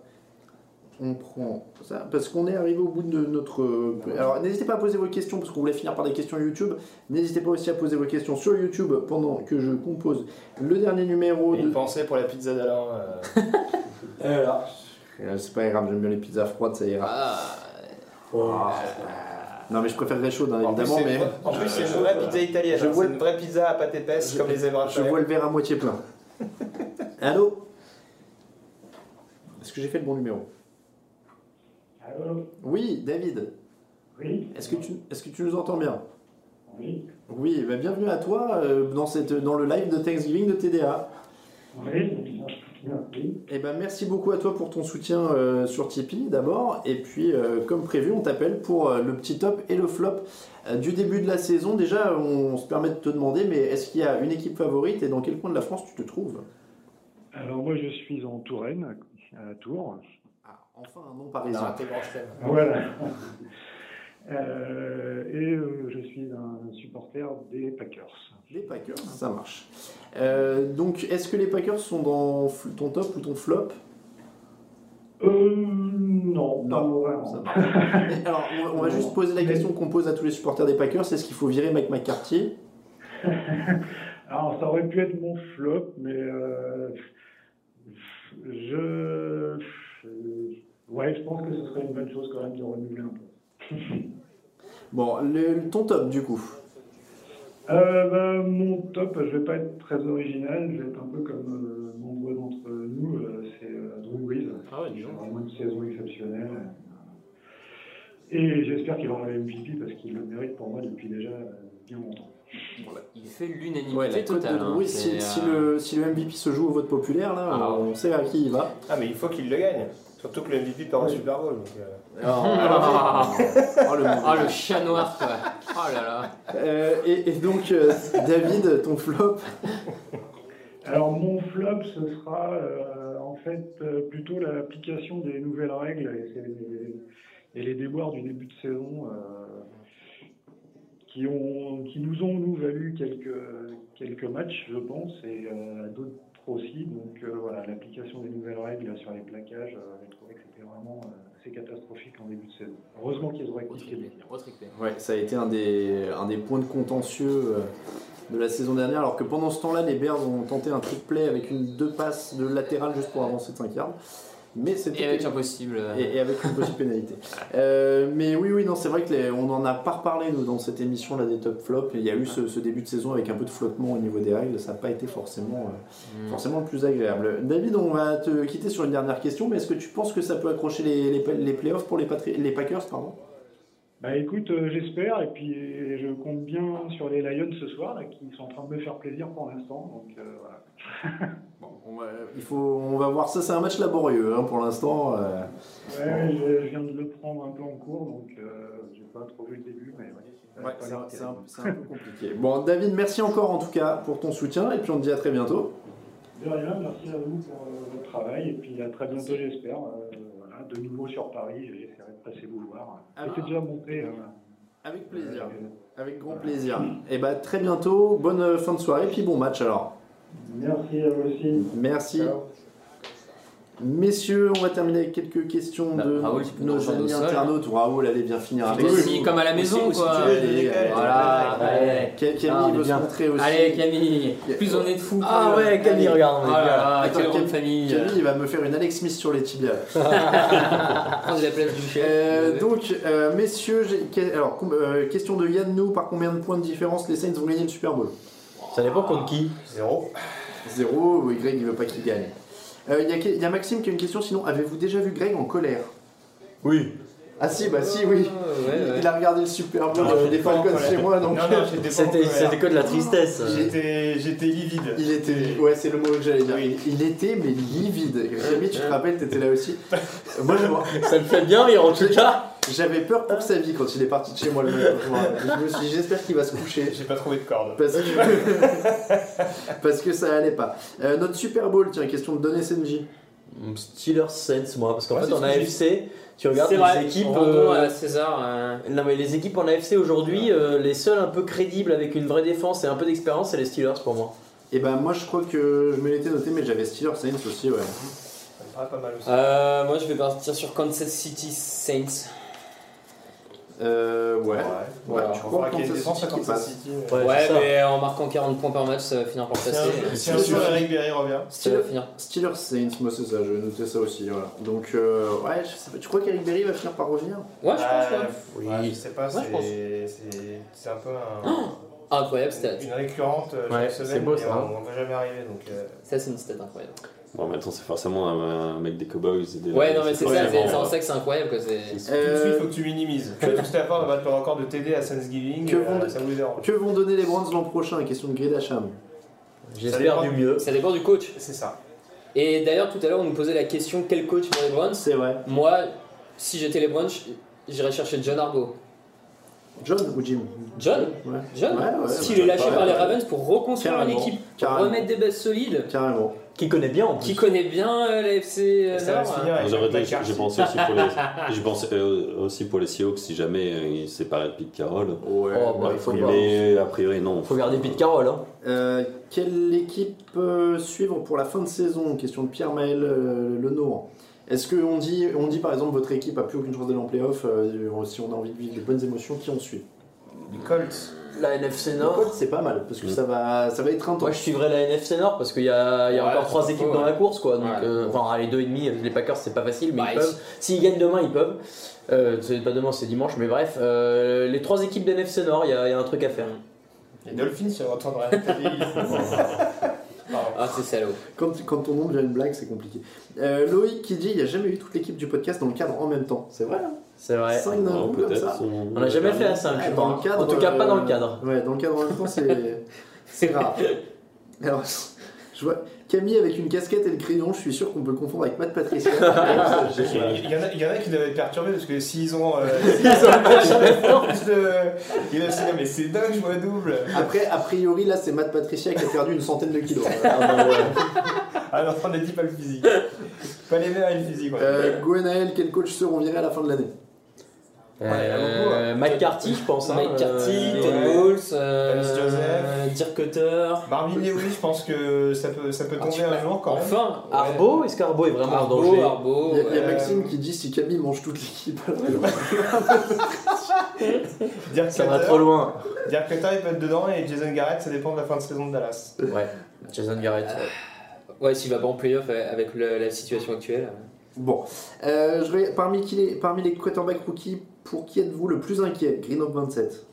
C: On prend ça parce qu'on est arrivé au bout de notre. euh,
B: Ah.
C: Alors n'hésitez pas à poser vos questions parce qu'on voulait finir par des questions YouTube. N'hésitez pas aussi à poser vos questions sur YouTube pendant que je compose le dernier numéro.
B: Et
C: de...
B: une pensée pour la pizza d'Alain. euh,
C: Euh, C'est pas grave, j'aime bien les pizzas froides, ça ira.
B: Ah.
C: Oh. Non mais je préférerais chaude hein,
B: En plus,
C: évidemment,
B: c'est
C: mais.
B: une vraie- en plus, c'est une vraie pizza italienne.
C: Je
B: hein,
C: vois
B: C'est une vraie pizza à pâte épaisse comme les zèbres.
C: Je vois le verre à moitié plein. Allô Est-ce que j'ai fait le bon numéro
K: Allô
C: Oui, David.
K: Oui.
C: Est-ce que, est que tu nous entends bien
K: Oui.
C: Oui, bah, bienvenue à toi euh, dans, cette, dans le live de Thanksgiving de TDA.
K: Oui. Oui.
C: Eh ben, merci beaucoup à toi pour ton soutien euh, sur Tipeee d'abord. Et puis, euh, comme prévu, on t'appelle pour euh, le petit top et le flop euh, du début de la saison. Déjà, on, se permet de te demander, mais est-ce qu'il y a une équipe favorite et dans quel coin de la France tu te trouves
L: Alors moi je suis en Touraine, à Tours.
B: Ah,
C: Enfin, un nom parisien.
B: On a raté le grand chelem.
L: Voilà. Euh, et euh, je suis un supporter des Packers.
C: Les Packers, hein. ça marche. Euh, donc, est-ce que les Packers sont dans f- ton top ou ton flop
L: Euh, non,
C: non, ça marche. Et Alors, on, on va juste poser la question qu'on pose à tous les supporters des Packers est-ce qu'il faut virer Mike McCarthy
L: Alors ça aurait pu être mon flop, mais euh, je... euh, Ouais, je pense que ce serait une bonne chose quand même de renouveler un peu.
C: Bon, le, ton top du coup.
L: Euh, bah, mon top, je vais pas être très original, je vais être un peu comme euh, nombreux d'entre nous, euh, c'est euh, Drew Brees.
D: Ah
L: Il fait vraiment une saison exceptionnelle. Et j'espère qu'il aura le MVP parce qu'il le mérite pour moi depuis déjà euh, bien longtemps.
D: bah, Il fait l'unanimité
C: Ouais, la cote de
D: totale. hein,
C: Drew,
D: c'est,
C: si, si
D: euh, Ah.
C: le, si le MVP se joue au vote populaire, là, on sait à qui il va.
B: Ah, mais il faut qu'il le gagne. Surtout que le MVP part au Super Bowl. donc, euh.
D: Ah,
C: oh, le,
D: ah, le chat noir, quoi. Oh là là.
C: Euh, et, et donc, euh, David, ton flop
L: Alors mon flop, ce sera euh, en fait euh, plutôt l'application des nouvelles règles et, c'est- et les déboires du début de saison euh, qui, ont, qui nous ont nous valu quelques, quelques matchs, je pense, et euh, à d'autres aussi. Donc euh, voilà, l'application des nouvelles règles sur les plaquages, euh, j'ai trouvé que c'était vraiment euh, assez catastrophique en début de saison. Heureusement qu'ils ont rectifié le tir.
C: Ouais, ça a été un des, un des points de contentieux euh, de la saison dernière, alors que pendant ce temps-là, les Bears ont tenté un trick play avec une deux passes de latéral juste pour avancer de 5 yards. Mais c'était
D: Et avec impossible.
C: Et, et avec une possible pénalité. Euh, mais oui, oui, non, c'est vrai que les- on n'en a pas reparlé nous dans cette émission là des top flops. Il y a eu ce, ce début de saison avec un peu de flottement au niveau des règles. Ça n'a pas été forcément, euh,
D: Mm.
C: forcément le plus agréable. David, on va te quitter sur une dernière question. Mais est-ce que tu penses que ça peut accrocher les, les, les playoffs pour les, Patri- les Packers, pardon
L: Bah écoute, euh, j'espère, et puis euh, je compte bien sur les Lions ce soir, là, qui sont en train de me faire plaisir pour l'instant, donc euh, voilà.
C: Il faut, on va voir ça, c'est un match laborieux hein, pour l'instant. euh.
L: Ouais, je, je viens de le prendre un peu en cours, donc euh, j'ai pas trop vu le début, mais ouais. ça va
C: Ouais,
L: pas
C: c'est
L: l'air
C: un- c'est un-
L: terrible.
C: c'est un peu compliqué. Bon, David, merci encore en tout cas pour ton soutien et puis on te dit à très bientôt.
L: De rien, merci à vous pour euh, votre travail, et puis à très bientôt, j'espère. euh, voilà, de nouveau sur Paris, j'essaierai de passer vous voir.
C: Ah.
L: J'étais déjà monté. hein.
C: Avec plaisir. Avec grand Plaisir. Et bah très bientôt, bonne euh, fin de soirée puis bon match alors.
L: Merci à vous aussi.
C: Merci. Messieurs, on va terminer avec quelques questions
D: Bah,
C: de
D: Raoul, tu peux
C: nos
D: nous rejoindre
C: amis
D: au sol.
C: internautes. Raoul, allez bien finir
D: Tu
C: avec
D: t'es
C: nous.
D: mis comme à la maison,
C: Ou si- ou si
D: quoi.
C: tu veux, je le décale.
D: Voilà,
C: Ouais.
D: ouais. ouais.
C: Camille
D: Ah, on est
C: veut se
D: bien.
C: montrer aussi.
D: Allez, Camille, plus on est de fous.
C: Ah
D: plus-
C: ouais, Camille,
D: Allez.
C: regarde, on est
D: Ah
C: bien.
D: là là,
C: Attends,
D: quelle grande
C: Camille-
D: famille.
C: Camille, il va me faire une Alex Smith sur les tibias.
D: Prendre la place du chef.
C: Euh, donc, euh, messieurs, j'ai- que- alors, com- euh, question de Yann Nou, par combien de points de différence les Saints vont gagner le Super Bowl
F: Ça dépend contre qui
C: Zéro. Zéro, oui, Greg, il veut pas qu'il gagne. Euh, Il y, a que- il y a Maxime qui a une question, sinon, avez-vous déjà vu Greg en colère
F: Oui.
C: Ah si, bah si, oui.
F: Ah, ouais, ouais.
C: Il a regardé le Super Bowl
F: Non,
C: euh,
F: j'étais
C: des
F: pas en
C: Falcons
F: colère.
C: chez moi, donc...
F: Non, non, j'étais pas en C'était- colère. c'était que de la tristesse.
C: J'étais j'étais livide. Il était... Ouais, c'est le mot que j'allais dire. Il, il était, mais livide. Rémi, tu te rappelles, t'étais là aussi. moi, je...
F: Ça me fait bien rire, en tout cas.
C: J'avais peur pour sa vie quand il est parti de chez moi le matin. Je me suis dit, j'espère qu'il va se coucher. J'ai pas trouvé de corde. Parce que, Parce que ça allait pas. Euh, notre Super Bowl, tiens, question de Don SNJ.
F: Mm, Steelers Saints, moi, parce qu'en
C: Ouais,
F: fait
C: c'est
F: en
C: ce que j'ai
F: AFC, tu regardes
D: C'est
F: les
D: vrai,
F: équipes. euh,
D: rendons à César, euh.
F: Non mais les équipes en AFC aujourd'hui, euh, les seules un peu crédibles avec une vraie défense et un peu d'expérience, c'est les Steelers pour moi.
C: Et ben moi, je crois que je me l'étais noté, mais j'avais Steelers Saints aussi, ouais.
B: Ah, pas mal aussi.
D: Euh, moi, je vais partir sur Kansas City Saints.
C: Euh, ouais.
B: Ouais, tu crois qu'il y a une défense à Kansas City
D: Ouais,
B: ouais, c'est ça.
D: mais en marquant 40 points par match, ça va finir par
B: C'est
D: passer.
B: un- c'est un jour, Eric Berry revient.
C: Steelers, Steelers Saints, moi c'est ça, je vais noter ça aussi, voilà. Donc, euh, ouais, je sais pas, tu crois qu'Eric Berry va finir par revenir
D: Ouais, je pense,
C: Euh,
D: ouais.
B: Euh, Oui. je sais pas,
D: Ouais, je pense.
B: c'est- c'est c'est un peu un-
D: Ah, incroyable stat.
B: une récurrente euh,
D: Ouais,
B: chaque
D: c'est
B: semaine,
D: beau,
B: mais
D: ça, hein.
B: on ne va jamais arriver. Donc, euh,
D: Ça, c'est une stat incroyable.
M: Bon, mais attends, c'est forcément un, un mec des Cowboys et des.
D: Ouais, non, mais c'est ça, c'est c'est en
M: vraiment, euh,
D: ça que c'est incroyable. Quoi. c'est-
M: Tout de
B: Tout de suite, il faut que tu minimises. Que tout Stafford va battre le record de TD à Thanksgiving,
C: Que
B: euh,
C: vont-
B: ça vous dérange.
C: Que vont donner les Browns l'an prochain Question de Grid Hacham.
B: J'espère du
F: mieux.
D: Ça dépend du coach.
B: C'est ça.
D: Et d'ailleurs, tout à l'heure, on nous posait la question quel coach pour les Browns
C: C'est vrai.
D: Moi, si j'étais les Browns, j'irais chercher John Arbo.
C: John ou Jim
D: John
C: Ouais.
D: John
C: Ouais, ouais,
D: S'il
C: ouais,
D: est lâché
C: ouais,
D: par les
C: ouais.
D: Ravens pour reconstruire
C: Carrément,
D: l'équipe, pour
C: carrément.
D: remettre des bases solides,
C: Carrément.
F: Qui connaît bien en plus.
D: qui connaît bien euh, la FC euh,
B: ça va
D: Nord.
B: se finir avec
M: J'aurais
B: Mike
M: dit- j'ai
B: McCarthy.
M: pensé aussi pour les, j'ai pensé, euh, aussi pour les Seahawks si jamais euh, ils se séparaient de Pete Carroll.
C: Ouais,
F: Oh, bah, il faut
M: mais a priori non.
F: Faut garder Pete Carroll. Hein.
C: Euh, quelle équipe euh, suivre pour la fin de saison Question de Pierre-Maël euh, Lenoir. Est-ce qu'on dit, on dit par exemple votre équipe a plus aucune chance d'aller en playoff euh, Si on a envie de vivre des bonnes émotions, qui on suit
B: Les Colts.
F: La NFC
C: Les
F: Nord.
C: Colts, c'est pas mal parce que ça, va, ça va être intense.
F: Moi je suivrais la NFC Nord parce qu'il y a, il y a
D: Ouais,
F: encore
D: c'est
F: trois
D: pas
F: équipes
D: faux,
F: dans
D: ouais.
F: la course quoi. Donc,
D: Ouais.
F: euh, enfin les deux et demi, les Packers c'est pas facile mais
D: Bah,
F: ils peuvent. S'ils gagnent demain ils peuvent. Euh, c'est pas demain c'est dimanche mais bref. Euh, les trois équipes de NFC Nord, il y, a il y a un truc à faire.
D: Mm.
B: Les Dolphins, ils entendent rien.
D: Ah, c'est salaud.
C: Quand, quand ton nom devient une blague, c'est compliqué. Euh, Loïc qui dit il n'y a jamais eu toute l'équipe du podcast dans le cadre en même temps. C'est vrai hein
F: C'est vrai. Ah,
C: Cinq d'un coup, comme ça.
F: On n'a jamais fait la 5 je
C: Ouais,
F: crois.
C: dans le cadre,
F: hein. en tout cas pas dans
C: euh,
F: le cadre.
C: Ouais, dans le cadre en même temps, c'est, c'est rare. Alors, je vois Camille avec une casquette et le crayon, je suis sûr qu'on peut le confondre avec Matt Patricia.
B: Il y, en a, il y en a qui doivent être perturbés parce que s'ils ont. euh,
C: Ils ont le match en même temps.
B: plus de. Ils doivent se dire, mais c'est dingue, je vois double.
C: Après, a priori, là, c'est Matt Patricia qui a perdu une centaine de kilos.
B: bah Ah non, on ne dit pas le physique. Pas les verts et le physique. ouais.
C: Euh, Gwenaël, quel coach seront virés à la fin de l'année
F: Euh, McCarthy je pense. hein.
D: Mike Carty,
F: Euh,
D: Ted
F: ouais.
D: Bowles,
B: Alice Joseph.
D: euh, Dirk Cutter. Ah,
B: Marvin Lewis, je pense que ça peut, ça peut tomber un jour quand même.
D: Enfin,
F: Arbo, est-ce qu'Arbo est vraiment en danger
D: Arbo.
C: Il y a- il y a
B: euh,
C: Maxime qui dit si Camille mange toute l'équipe.
B: Dirk
F: Ça va
B: Cutter-
F: trop loin.
B: Dirk Cutter, il peut être dedans et Jason Garrett, ça dépend de la fin de saison de Dallas.
F: Ouais, Jason Garrett.
D: Euh, Ouais, s'il va pas en playoff euh, avec le- la situation actuelle.
C: Bon, Euh, je vais- parmi, qui les, parmi les quarterbacks rookies, pour qui êtes-vous le plus inquiet Green of 27.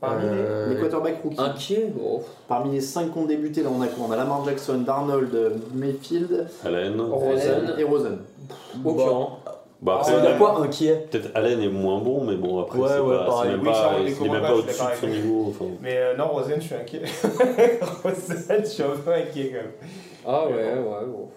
B: Parmi
F: Euh,
C: les quarterbacks rookies.
D: Inquiet oh.
C: Parmi les 5 qui ont débuté, là, on a quoi On a Lamar Jackson, Darnold, euh, Mayfield
M: Allen.
C: et Rosen.
D: Aucun.
M: Bah,
C: Ça veut dire
F: quoi, inquiet
M: Peut-être Allen est moins bon, mais bon, après,
F: Ouais,
M: c'est
F: ouais,
M: pas,
F: pareil.
M: c'est même
F: Oui,
M: pas,
F: ça,
B: on est
M: il est même
B: d'accord,
M: pas
B: je suis
M: au-dessus
B: d'accord
M: de son
B: avec
M: niveau. enfin.
B: Mais euh, non, Rosen, je suis inquiet. Rosen, je suis un peu inquiet quand même.
D: Ah ouais, ouais, bon.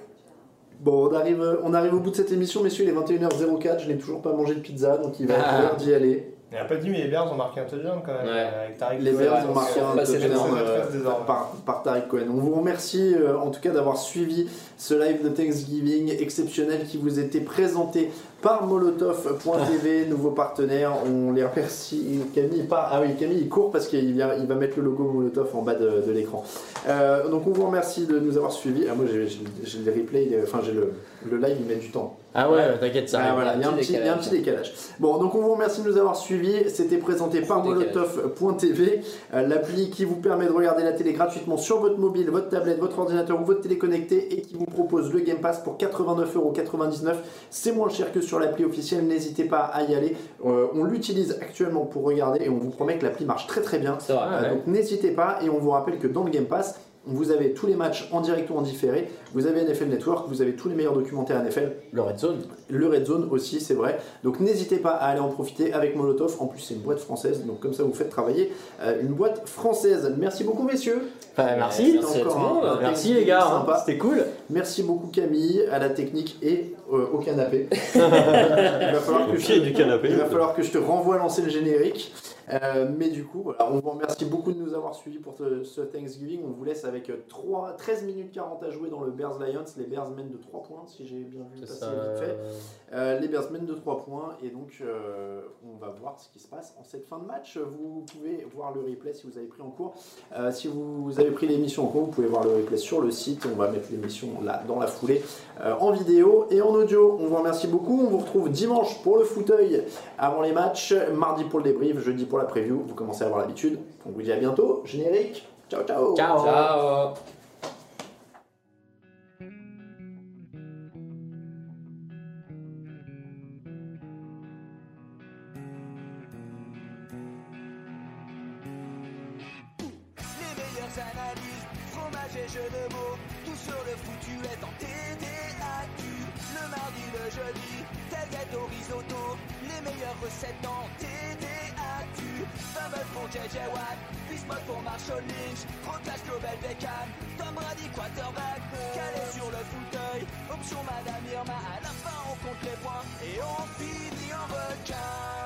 C: Bon, on arrive, euh, on arrive au bout de cette émission, messieurs, il est 21h04, je n'ai toujours pas mangé de pizza, donc il va être
B: Ah.
C: l'heure d'y aller.
B: On n'a pas dit, mais les Bears ont marqué un touchdown quand même. euh, Avec Tariq
C: Les
B: Cohen,
C: Verts ont
B: donc,
C: marqué
B: euh,
D: Bah,
C: un
B: c'est
C: touchdown,
B: notre
C: euh,
B: face désormais.
C: par, par Tariq Cohen. On vous remercie euh, en tout cas d'avoir suivi ce live de Thanksgiving exceptionnel qui vous était présenté par Molotov.tv, nouveau partenaire. On les remercie. Camille, part- ah oui, Camille il court parce qu'il vient- il va mettre le logo Molotov en bas de, de l'écran. Euh, donc on vous remercie de nous avoir suivis. Ah, moi j'ai j'ai- j'ai le replay, euh, enfin j'ai le, le live, il met du temps.
F: Ah ouais, t'inquiète, ça
C: Ah,
F: arrive.
C: voilà, il y a un petit, il y a un petit décalage. Bon, donc on vous remercie de nous avoir suivis. C'était présenté par molotov.tv, euh, l'appli qui vous permet de regarder la télé gratuitement sur votre mobile, votre tablette, votre ordinateur ou votre télé connectée et qui vous propose le Game Pass pour 89,99€. C'est moins cher que sur l'appli officielle, n'hésitez pas à y aller. Euh, on l'utilise actuellement pour regarder et on vous promet que l'appli marche très très bien. Euh,
F: ouais.
C: Donc n'hésitez pas et on vous rappelle que dans le Game Pass, vous avez tous les matchs en direct ou en différé, vous avez NFL Network, vous avez tous les meilleurs documentaires NFL.
F: Le Red Zone.
C: Le Red Zone aussi, c'est vrai. Donc n'hésitez pas à aller en profiter avec Molotov. En plus, c'est une boîte française, donc comme ça, vous faites travailler euh, une boîte française. Merci beaucoup, messieurs.
F: Bah,
C: Euh,
F: merci. Merci à tout le monde. Merci, les gars, hein.
C: C'était cool. Merci beaucoup, Camille, à la technique et euh, au canapé. il, va falloir
M: Au
C: que je,
M: pied du canapé.
C: il va falloir que je te renvoie lancer le générique. Euh, mais du coup, voilà, on vous remercie beaucoup de nous avoir suivis pour ce, ce Thanksgiving. On vous laisse avec euh, 3, 13 minutes 40 à jouer dans le Bears Lions. Les Bears mènent de 3 points, si j'ai bien vu
F: C'est
C: passer
F: ça.
C: vite fait. Euh, les Bears mènent de 3 points et donc euh, on va voir ce qui se passe en cette fin de match. Vous pouvez voir le replay si vous avez pris en cours. Euh, si vous avez pris l'émission en cours, vous pouvez voir le replay sur le site. On va mettre l'émission là dans la foulée euh, en vidéo et en audio. On vous remercie beaucoup. On vous retrouve dimanche pour le fauteuil avant les matchs, mardi pour le débrief, jeudi pour la preview. Vous commencez à avoir l'habitude. On vous dit à bientôt. Générique. Ciao, ciao.
F: Ciao. Ciao.
N: les meilleures analyses, fromage et jeux de mots, tout sur le foutu est en TDAQ. Le mardi, le jeudi, tailgate au risotto, les meilleures recettes en TDAQ. Fumble pour JJ Watt, Bismuth pour Marshall Lynch, Rocklash Global Beckham, Tom Brady quarterback, calé sur le fauteuil, option Madame Irma, à la fin on compte les points et on finit en requin.